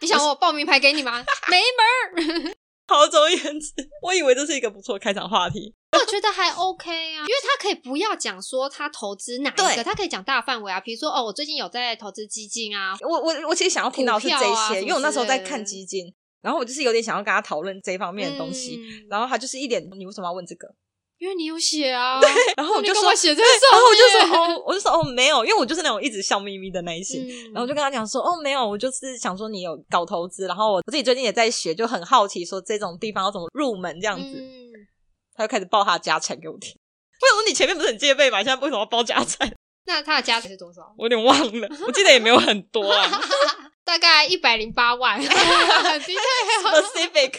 Speaker 2: 你想我报名牌给你吗？ 没门
Speaker 1: 好，总而言之，我以为这是一个不错的开场话题，
Speaker 2: 儿，我觉得还 OK 啊，因为他可以不要讲说他投资哪一个，
Speaker 1: 对
Speaker 2: 他可以讲大范围啊，比如说哦，我最近有在投资基金啊，
Speaker 1: 我我我其实想要听到的是这
Speaker 2: 股
Speaker 1: 些，
Speaker 2: 票啊什么
Speaker 1: 因为我那时候在
Speaker 2: 之类的
Speaker 1: 看基金，然后我就是有点想要跟他讨论这方面的东西，
Speaker 2: 嗯
Speaker 1: 然后他就是一脸你为什么要问这个？
Speaker 2: 因为你有写啊，
Speaker 1: 然后我
Speaker 2: 你
Speaker 1: 就
Speaker 2: 干
Speaker 1: 说
Speaker 2: 嘛写在
Speaker 1: 然后我就
Speaker 2: 上面
Speaker 1: 说哦，我就说哦没有，因为我就是那种一直笑眯眯的那一型。
Speaker 2: 嗯
Speaker 1: 然后我就跟他讲说，哦，没有，我就是想说你有搞投资，然后我我自己最近也在学，就很好奇说这种地方要怎么入门这样子，
Speaker 2: 嗯
Speaker 1: 他就开始报他的家产给我听。为什么你前面不是很戒备嘛？现在为什么要报家产？
Speaker 2: 那他的价值是多少？
Speaker 1: 我有点忘了，我记得也没有很多 啊
Speaker 2: 大概一百零八 万，的确
Speaker 1: ，specific 。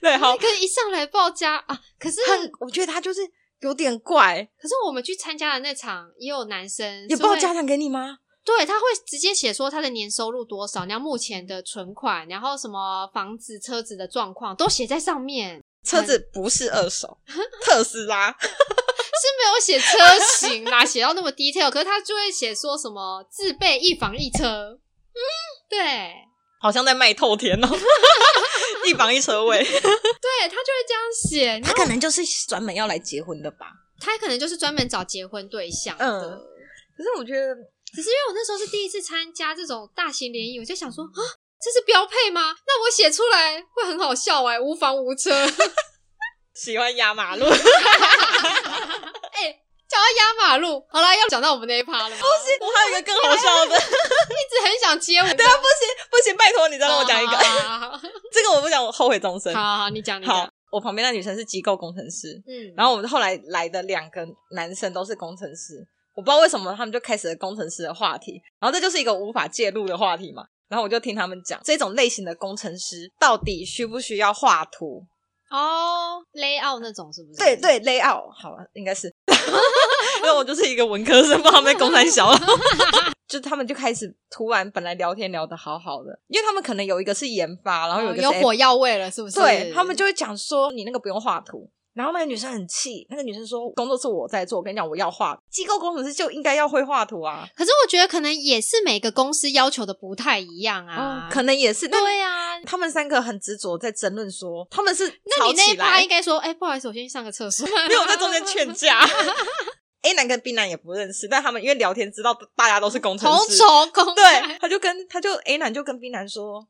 Speaker 1: 对，好，
Speaker 2: 可是一上来报价啊，可是
Speaker 1: 他我觉得他就是有点怪，
Speaker 2: 可是我们去参加的那场也有男生
Speaker 1: 也
Speaker 2: 是会
Speaker 1: 报家产给你吗？
Speaker 2: 对，他会直接写说他的年收入多少，然后目前的存款，然后什么房子、车子的状况都写在上面。
Speaker 1: 车子不是二 手，特斯拉。
Speaker 2: 是没有写车型啦，写到那么 detail，可是他就会写说什么自备一房一车，嗯，对。
Speaker 1: 好像在卖透 天哦，一房一车位，
Speaker 2: 对他就会这样写，然
Speaker 1: 他
Speaker 2: 后
Speaker 1: 可能就是专门要来结婚的吧。
Speaker 2: 他可能就是专门找结婚对象的。
Speaker 1: 嗯可是我觉得
Speaker 2: 只是因为我那时候是第一次参加这种大型联谊，我就想说啊，这是标配吗？那我写出来会很好笑哎、无房无车。
Speaker 1: 喜欢压马 路，
Speaker 2: 哎、讲到压马路，好啦，要讲到我们那一趴了吗？不是，
Speaker 1: 我还有一个更好笑的，
Speaker 2: 一直很想接我。
Speaker 1: 对啊，不行 不行，拜托你再让我讲一个，
Speaker 2: 好好好
Speaker 1: 这个我不讲，我后悔终身。
Speaker 2: 好好好，你讲，你
Speaker 1: 好
Speaker 2: 讲。，
Speaker 1: 我旁边那女生是机构工程师，
Speaker 2: 嗯，
Speaker 1: 然后我们后来来的两个男生都是工程师，我不知道为什么他们就开始了工程师的话题，然后这就是一个无法介入的话题嘛。然后我就听他们讲这种类型的工程师到底需不需要画图？
Speaker 2: 哦，layout 那种是不是？
Speaker 1: 对对，layout 好了，应该是， 因为我就是一个文科生，不知道被公三小 了。就他们就开始突然本来聊天聊得好好的，因为他们可能有一个是研发，然后有
Speaker 2: 哦，
Speaker 1: 一个
Speaker 2: 有
Speaker 1: 是
Speaker 2: 火药味了，是不是？
Speaker 1: 对他们就会讲说你那个不用画图。然后那个女生很气，那个女生说工作是我在做，我跟你讲我要画，机构工程师就应该要会画图啊。
Speaker 2: 可是我觉得可能也是每个公司要求的不太一样啊，
Speaker 1: 可能也是，但
Speaker 2: 对啊。
Speaker 1: 他们三个很执着在争论说他们是
Speaker 2: 那
Speaker 1: 吵
Speaker 2: 你那
Speaker 1: 起
Speaker 2: 一趴
Speaker 1: 来
Speaker 2: 应，该说，哎、不好意思，我先去上个厕 所。
Speaker 1: 因为我在中间劝 架。A 男跟 B 男也不认识，但他们因为聊天知道大家都是工程
Speaker 2: 同
Speaker 1: 师，
Speaker 2: 仇公害
Speaker 1: 对，他就跟他就 A 男就跟 B 男说，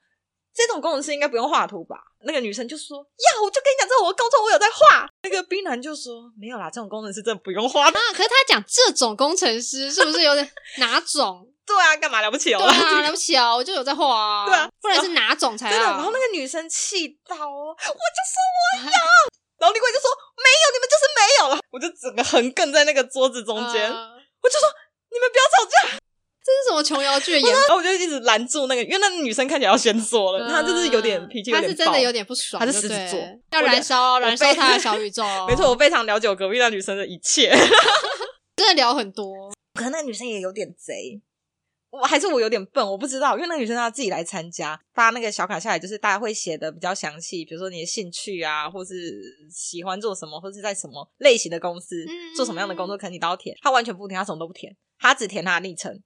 Speaker 1: 这种工程师应该不用画图吧？那个女生就说呀，我就跟你讲，这我高中我有在画。那个 B 男就说没有啦，这种工程师真的不用画。
Speaker 2: 啊！可是他讲这种工程师是不 是有点哪种？
Speaker 1: 对啊，干嘛了不起哦？
Speaker 2: 对啊，了不起啊，我就有在画 啊。
Speaker 1: 对啊，
Speaker 2: 不然是哪种啊才
Speaker 1: 真的。
Speaker 2: 好？
Speaker 1: 然后那个女生气到哦，我就说我要，然后另外就说没有，你们就是没有了。我就整个横亘在那个桌子中间，
Speaker 2: 呃
Speaker 1: 我就说你们不要吵架。
Speaker 2: 这是什么琼瑶剧的演？
Speaker 1: 然后我就一直拦住那个，因为那个女生看起来要先做了，她就是有点脾气，
Speaker 2: 他嗯是真的有
Speaker 1: 点
Speaker 2: 点不爽，
Speaker 1: 她是
Speaker 2: 就对
Speaker 1: 狮子座
Speaker 2: 要燃烧，燃烧
Speaker 1: 被
Speaker 2: 他的小宇 宙。
Speaker 1: 爆。没错，，我非常了解我隔壁那女生的一切。
Speaker 2: 真的聊很多。
Speaker 1: 可能那个女生也有点贼，我还是我有点笨，我不知道，因为那个女生她自己来参加，发那个小卡下来，就是大家会写的比较详细，比如说你的兴趣啊，或是喜欢做什么，或是在什么类型的公司、
Speaker 2: 嗯
Speaker 1: 做什么样的工作，可能你都要填。她完全不填，她什么都不填，她只填她的昵称。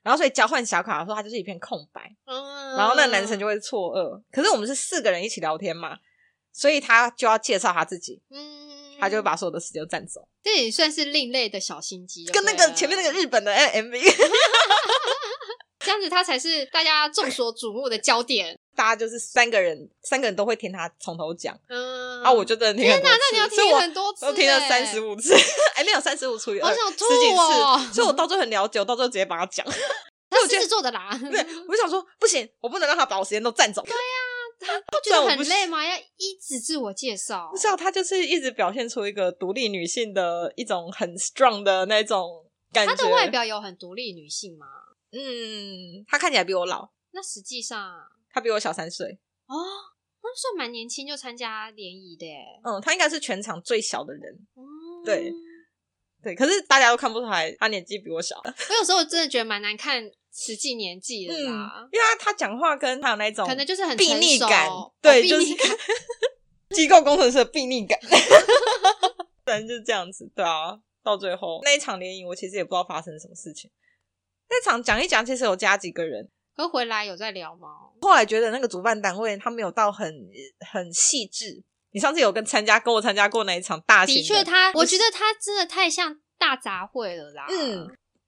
Speaker 1: 然后所以交换小卡的时候，她就是一片空白。
Speaker 2: 嗯，
Speaker 1: 然后那个男生就会错愕。可是我们是四个人一起聊天嘛，所以他就要介绍他自己，
Speaker 2: 嗯，
Speaker 1: 他就会把所有的时间都占走，
Speaker 2: 这也算是另类的小心机，
Speaker 1: 跟那
Speaker 2: 对啊
Speaker 1: 个
Speaker 2: 了
Speaker 1: 前面那个日本的 MV，
Speaker 2: 这样子，他才是大家众所瞩目的焦点。
Speaker 1: 大家就是三个人，三个人都会听他从头讲。
Speaker 2: 嗯，
Speaker 1: 啊，我就真的听很
Speaker 2: 天
Speaker 1: 多
Speaker 2: 哪，那你要
Speaker 1: 次，所以
Speaker 2: 听
Speaker 1: 我
Speaker 2: 很多次、欸，
Speaker 1: 我听了三十五次，哎，没有三十五除以
Speaker 2: 好
Speaker 1: 二，
Speaker 2: 想吐
Speaker 1: 十几
Speaker 2: 哦
Speaker 1: 次，所以我到最后很了解，我到最后直接把它讲。
Speaker 2: 他
Speaker 1: 我觉
Speaker 2: 狮
Speaker 1: 得
Speaker 2: 子座的啦，
Speaker 1: 对，我就想说不行，我不能让他把我时间都占走。
Speaker 2: 啊不觉
Speaker 1: 但
Speaker 2: 得
Speaker 1: 我
Speaker 2: 很
Speaker 1: 不是
Speaker 2: 累吗？要一直自我介绍
Speaker 1: 不，知道他就是一直表现出一个独立女性的一种很 strong 的那种感觉。
Speaker 2: 她的外表有很独立女性吗？
Speaker 1: 嗯，他看起来比我老，
Speaker 2: 那实际上
Speaker 1: 他比我小三岁。
Speaker 2: 哦，那算蛮年轻就参加联谊的耶。
Speaker 1: 嗯，他应该是全场最小的人。
Speaker 2: 嗯
Speaker 1: 对对，可是大家都看不出来他年纪比我小。
Speaker 2: 我有时候真的觉得蛮难看实际年纪的
Speaker 1: 嗯，因
Speaker 2: 啦，
Speaker 1: 为他他讲话跟他有那种
Speaker 2: 可能就是很
Speaker 1: 避
Speaker 2: 成
Speaker 1: 逆
Speaker 2: 熟
Speaker 1: 感
Speaker 2: 哦，
Speaker 1: 对，
Speaker 2: 避
Speaker 1: 就是
Speaker 2: 逆感
Speaker 1: 机构工程师的避逆感。 反正就是这样子，对啊。到最后那一场联谊，我其实也不知道发生什么事情。那场讲一讲，其实有加几个人，
Speaker 2: 可回来有在聊吗？
Speaker 1: 后来觉得那个主办单位他没有到很很细致。你上次有跟参加跟我参加过那一场大型
Speaker 2: 的
Speaker 1: 的
Speaker 2: 确，他我
Speaker 1: 不
Speaker 2: 觉得他真的太像大杂烩了啦。
Speaker 1: 嗯，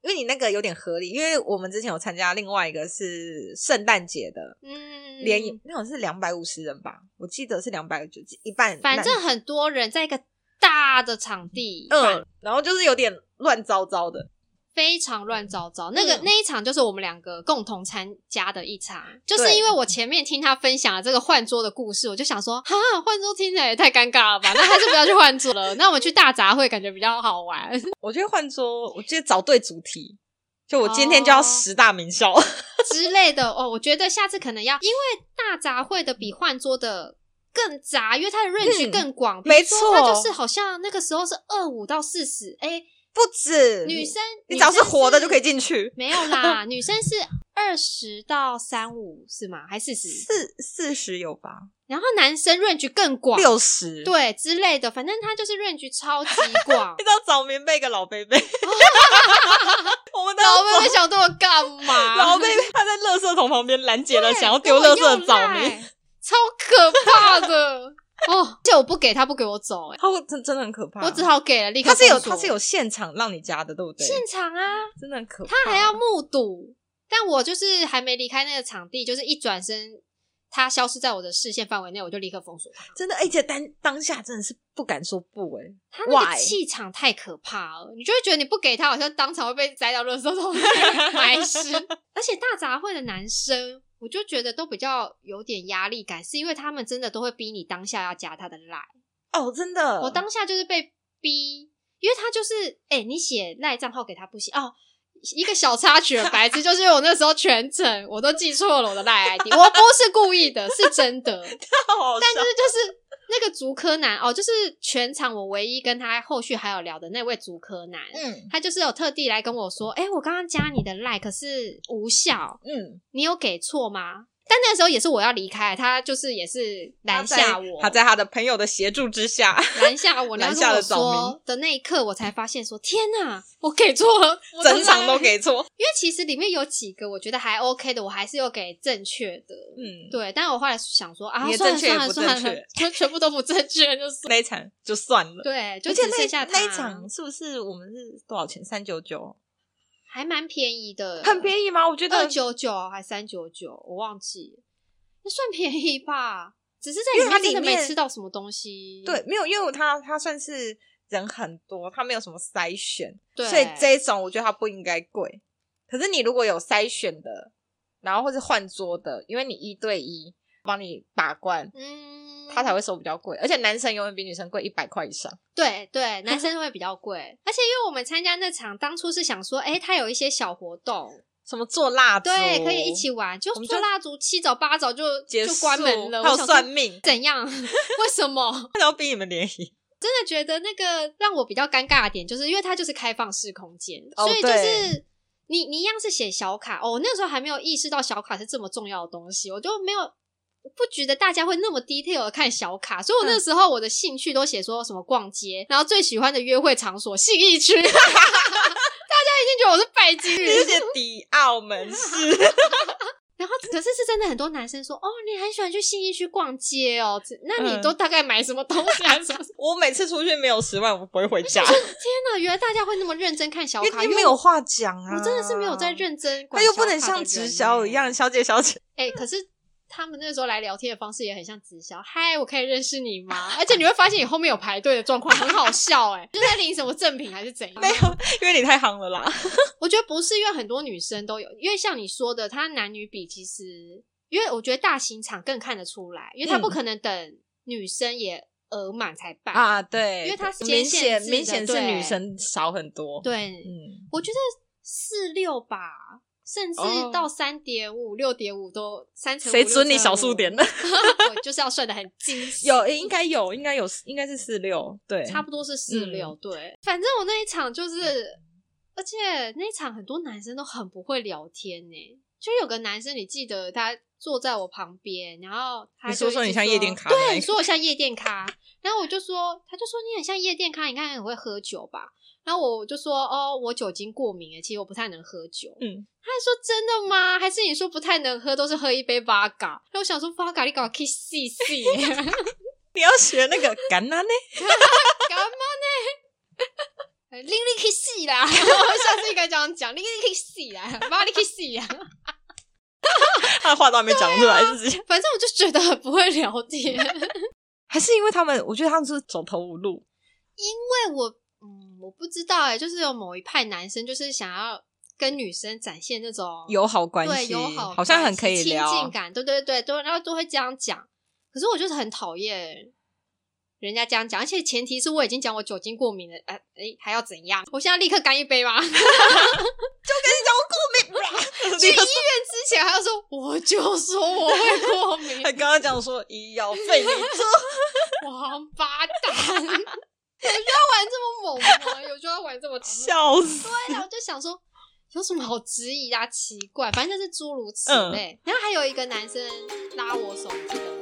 Speaker 1: 因为你那个有点合理，因为我们之前有参加另外一个是圣诞节的
Speaker 2: 嗯，
Speaker 1: 联谊，那种是两百五十人吧，我记得是两百九一半，
Speaker 2: 反正很多人在一个大的场地，
Speaker 1: 嗯，然后就是有点乱糟糟的，
Speaker 2: 非常乱糟糟。那个、
Speaker 1: 嗯
Speaker 2: 那一场就是我们两个共同参加的一场，就是
Speaker 1: 对
Speaker 2: 因为我前面听他分享了这个换桌的故事，我就想说，哈，换桌听起来也太尴尬了吧？那还是不要去换桌了，那我们去大杂烩感觉比较好玩。
Speaker 1: 我觉得换桌，我觉得找对主题，就我今天就要
Speaker 2: 哦
Speaker 1: 十大名校，
Speaker 2: 之类的哦。我觉得下次可能要，因为大杂烩的比换桌的更杂，因为它的 range
Speaker 1: 嗯
Speaker 2: 更广。
Speaker 1: 没
Speaker 2: 比如说它
Speaker 1: 错
Speaker 2: 就是好像那个时候是二五到四十，哎，
Speaker 1: 不止
Speaker 2: 女生
Speaker 1: 你只要是活的就可以。
Speaker 2: 女生
Speaker 1: 进去，
Speaker 2: 没有啦，女生是二十到三五是吗？还四十？
Speaker 1: 四四十有吧？
Speaker 2: 然后男生 range 更广，
Speaker 1: 六十，
Speaker 2: 对之类的，反正他就是 range 超级 广
Speaker 1: 一。到找棉被跟老 贝贝， 我们的
Speaker 2: 老妹妹想对我干 嘛？
Speaker 1: 老 贝贝他在垃圾桶旁边拦截了想要丢
Speaker 2: 跟我
Speaker 1: 垃圾
Speaker 2: 又
Speaker 1: 的枣
Speaker 2: 赖
Speaker 1: 泥，
Speaker 2: 超可怕的 哦！而且我不给他，不给我走、欸，
Speaker 1: 他会真真的很可怕。
Speaker 2: 我只好给了，立刻
Speaker 1: 他是有
Speaker 2: 封锁
Speaker 1: 他是有现场让你加的，对不对？
Speaker 2: 现场啊，
Speaker 1: 真的很可怕。
Speaker 2: 他还要目睹，但我就是还没离开那个场地，就是一转身，他消失在我的视线范围内，我就立刻封锁他。
Speaker 1: 真的，而且当当下真的是不敢说不哎、
Speaker 2: 他那
Speaker 1: Why？
Speaker 2: 个气场太可怕了，你就会觉得你不给他，好像当场会被塞到垃圾桶里埋尸。 而且大杂烩的男生，我就觉得都比较有点压力感，是因为他们真的都会逼你当下要加他的 line。
Speaker 1: 哦，真的，
Speaker 2: 我当下就是被逼，因为他就是哎、欸你写赖账号给他不行哦。一个小插曲，白痴，就是因为我那时候全程我都记错了我的赖 ID，我不是故意的，是真的。
Speaker 1: 好好笑
Speaker 2: 但是就是那个竹科男哦，就是全场我唯一跟他后续还有聊的那位竹科男，
Speaker 1: 嗯
Speaker 2: 他就是有特地来跟我说，哎、我刚刚加你的赖，可是无效，
Speaker 1: 嗯，
Speaker 2: 你有给错吗？但那时候也是我要离开，他就是也是拦下我，
Speaker 1: 他在他的朋友的协助之下，
Speaker 2: 拦下我，然
Speaker 1: 拦
Speaker 2: 后
Speaker 1: 下
Speaker 2: 跟
Speaker 1: 了
Speaker 2: 我
Speaker 1: 枣
Speaker 2: 说的那一刻，我才发现说天哪，我给错了，我的
Speaker 1: 整场都
Speaker 2: 赖。
Speaker 1: 给 错，
Speaker 2: 因为其实里面有几个我觉得还 OK 的，我还是有给正确的。
Speaker 1: 嗯，
Speaker 2: 对，但我后来想说啊，
Speaker 1: 你的
Speaker 2: 算了
Speaker 1: 正确
Speaker 2: 算了
Speaker 1: 也不
Speaker 2: 算
Speaker 1: 正
Speaker 2: 了，就全部都不正确，就是
Speaker 1: 那一场就算了。
Speaker 2: 对，就
Speaker 1: 而且
Speaker 2: 只剩下
Speaker 1: 那
Speaker 2: 他
Speaker 1: 那一场是不是我们是多少钱？三九九，
Speaker 2: 还蛮便宜的，
Speaker 1: 很便
Speaker 2: 宜，
Speaker 1: 宜吗？我觉得
Speaker 2: 呃二九九还三九九，我忘记了，那算便宜吧。只是
Speaker 1: 因
Speaker 2: 在
Speaker 1: 为它
Speaker 2: 里面真的
Speaker 1: 里面
Speaker 2: 没吃到什么东西，
Speaker 1: 对，没有，因为他他算是人很多，他没有什么筛选，
Speaker 2: 对
Speaker 1: 所以这一种我觉得它不应该贵。可是你如果有筛选的，然后或是换桌的，因为你一对一帮你把关，
Speaker 2: 嗯，
Speaker 1: 他才会收比较贵，而且男生永远比女生贵一百块以上。
Speaker 2: 对对，男生会比较贵，而且因为我们参加那场，当初是想说，哎，他有一些小活动，
Speaker 1: 什么做蜡烛，
Speaker 2: 对，可以一起玩，就
Speaker 1: 哦我们
Speaker 2: 做
Speaker 1: 就
Speaker 2: 蜡烛，七早八早就
Speaker 1: 结
Speaker 2: 就
Speaker 1: 束，
Speaker 2: 关门了。
Speaker 1: 还有
Speaker 2: 我想说
Speaker 1: 算命，
Speaker 2: 怎样？ 为什么？
Speaker 1: 他要逼你们联 谊，
Speaker 2: 真的觉得那个让我比较尴尬的点，就是因为它就是开放式空间，
Speaker 1: 哦
Speaker 2: 所以就是
Speaker 1: 对。
Speaker 2: 你你一样是写小卡哦，我那时候还没有意识到小卡是这么重要的东西，我就没有不觉得大家会那么 detail 的看小卡，所以我
Speaker 1: 嗯
Speaker 2: 那时候我的兴趣都写说什么逛街，然后最喜欢的约会场所信义区，大家 一定觉得我是拜金
Speaker 1: 你就
Speaker 2: 女，
Speaker 1: 写迪奥门市，
Speaker 2: 然后可是是真的很多男生说哦，你很喜欢去信义区逛街哦，那你
Speaker 1: 嗯
Speaker 2: 都大概买什么东西 啊？什么
Speaker 1: 我每次出去没有十万，我不会回家，
Speaker 2: 天哪，原来大家会那么认真看小
Speaker 1: 因
Speaker 2: 卡，
Speaker 1: 为
Speaker 2: 因为
Speaker 1: 没有话讲啊。
Speaker 2: 我真的是没有在认真管
Speaker 1: 他啊
Speaker 2: 小
Speaker 1: 又
Speaker 2: 卡的人欸。欸
Speaker 1: 不能像直销一样，小姐小姐，
Speaker 2: 哎、可是他们那时候来聊天的方式也很像直销。嗨，我可以认识你吗？而且你会发现你后面有排队的状况，很好笑哎、就在领什么赠品还是怎样？
Speaker 1: 没有，因为你太夯了啦。
Speaker 2: 我觉得不是，因为很多女生都有，因为像你说的，他男女比其实，因为我觉得大型场更看得出来，因为他不
Speaker 1: 嗯
Speaker 2: 可能等女生也额满才办。
Speaker 1: 啊，对，
Speaker 2: 因为它是
Speaker 1: 明
Speaker 2: 先限
Speaker 1: 显
Speaker 2: 制的
Speaker 1: 明显是
Speaker 2: 对
Speaker 1: 女生少很多，，
Speaker 2: 对，
Speaker 1: 嗯，
Speaker 2: 我觉得四六吧，甚至
Speaker 1: 哦
Speaker 2: 到三点五、六点五都三乘五。
Speaker 1: 谁准你
Speaker 2: 6.5
Speaker 1: 小数点？呢？
Speaker 2: 我就是要算的很精细，
Speaker 1: 有，应该有，应该有，应该是四六，对，
Speaker 2: 差不多是四
Speaker 1: 嗯
Speaker 2: 六、对，反正我那一场就是，而且那一场很多男生都很不会聊天呢、就有个男生，你记得他坐在我旁边，然后他
Speaker 1: 你
Speaker 2: 就
Speaker 1: 说说
Speaker 2: 一直
Speaker 1: 你像夜店咖的那
Speaker 2: 对，
Speaker 1: 一
Speaker 2: 你
Speaker 1: 个
Speaker 2: 说我像夜店咖，然后我就说，他就说你很像夜店咖，你看你很会喝酒吧。然后我就说哦，我酒精过敏欸诶，其实我不太能喝酒。
Speaker 1: 嗯，
Speaker 2: 他还说真的吗？还是你说不太能喝，都是喝一杯 v 嘎？那我想说 v 嘎你搞可以细细耶，干嘛呢？
Speaker 1: 你要学那个橄榄呢？
Speaker 2: 令你可以细啦，我 下次应该这样讲，令啊你可以细啦，妈你可以细啦。
Speaker 1: 他的话都还没讲出来，是直接，
Speaker 2: 反正我就觉得很不会聊 天，因
Speaker 1: 还是因为他们，我觉得他们是走投无路，
Speaker 2: 为我嗯，我不知道哎、就是有某一派男生就是想要跟女生展现那种
Speaker 1: 友好关
Speaker 2: 对
Speaker 1: 系，
Speaker 2: 友好，
Speaker 1: 好像很可以
Speaker 2: 亲近
Speaker 1: 聊，啊
Speaker 2: 感，对对对，都然后都会这样讲。可是我就是很讨厌人家这样讲，而且前提是我已经讲我酒精过敏了，哎、哎，还要怎样？我现在立刻干一杯吗？去
Speaker 1: 立
Speaker 2: 医
Speaker 1: 刻
Speaker 2: 院之前还要说，我就说我会过 敏，
Speaker 1: 还跟他讲说医药 费你这
Speaker 2: 王八蛋！有需要玩这么猛吗？有需要玩这么
Speaker 1: 笑死，
Speaker 2: 对啊，我就想说有什么好质疑啊？奇怪，反正就是诸如此
Speaker 1: 嗯
Speaker 2: 类。然后还有一个男生拉我手，你记得吗？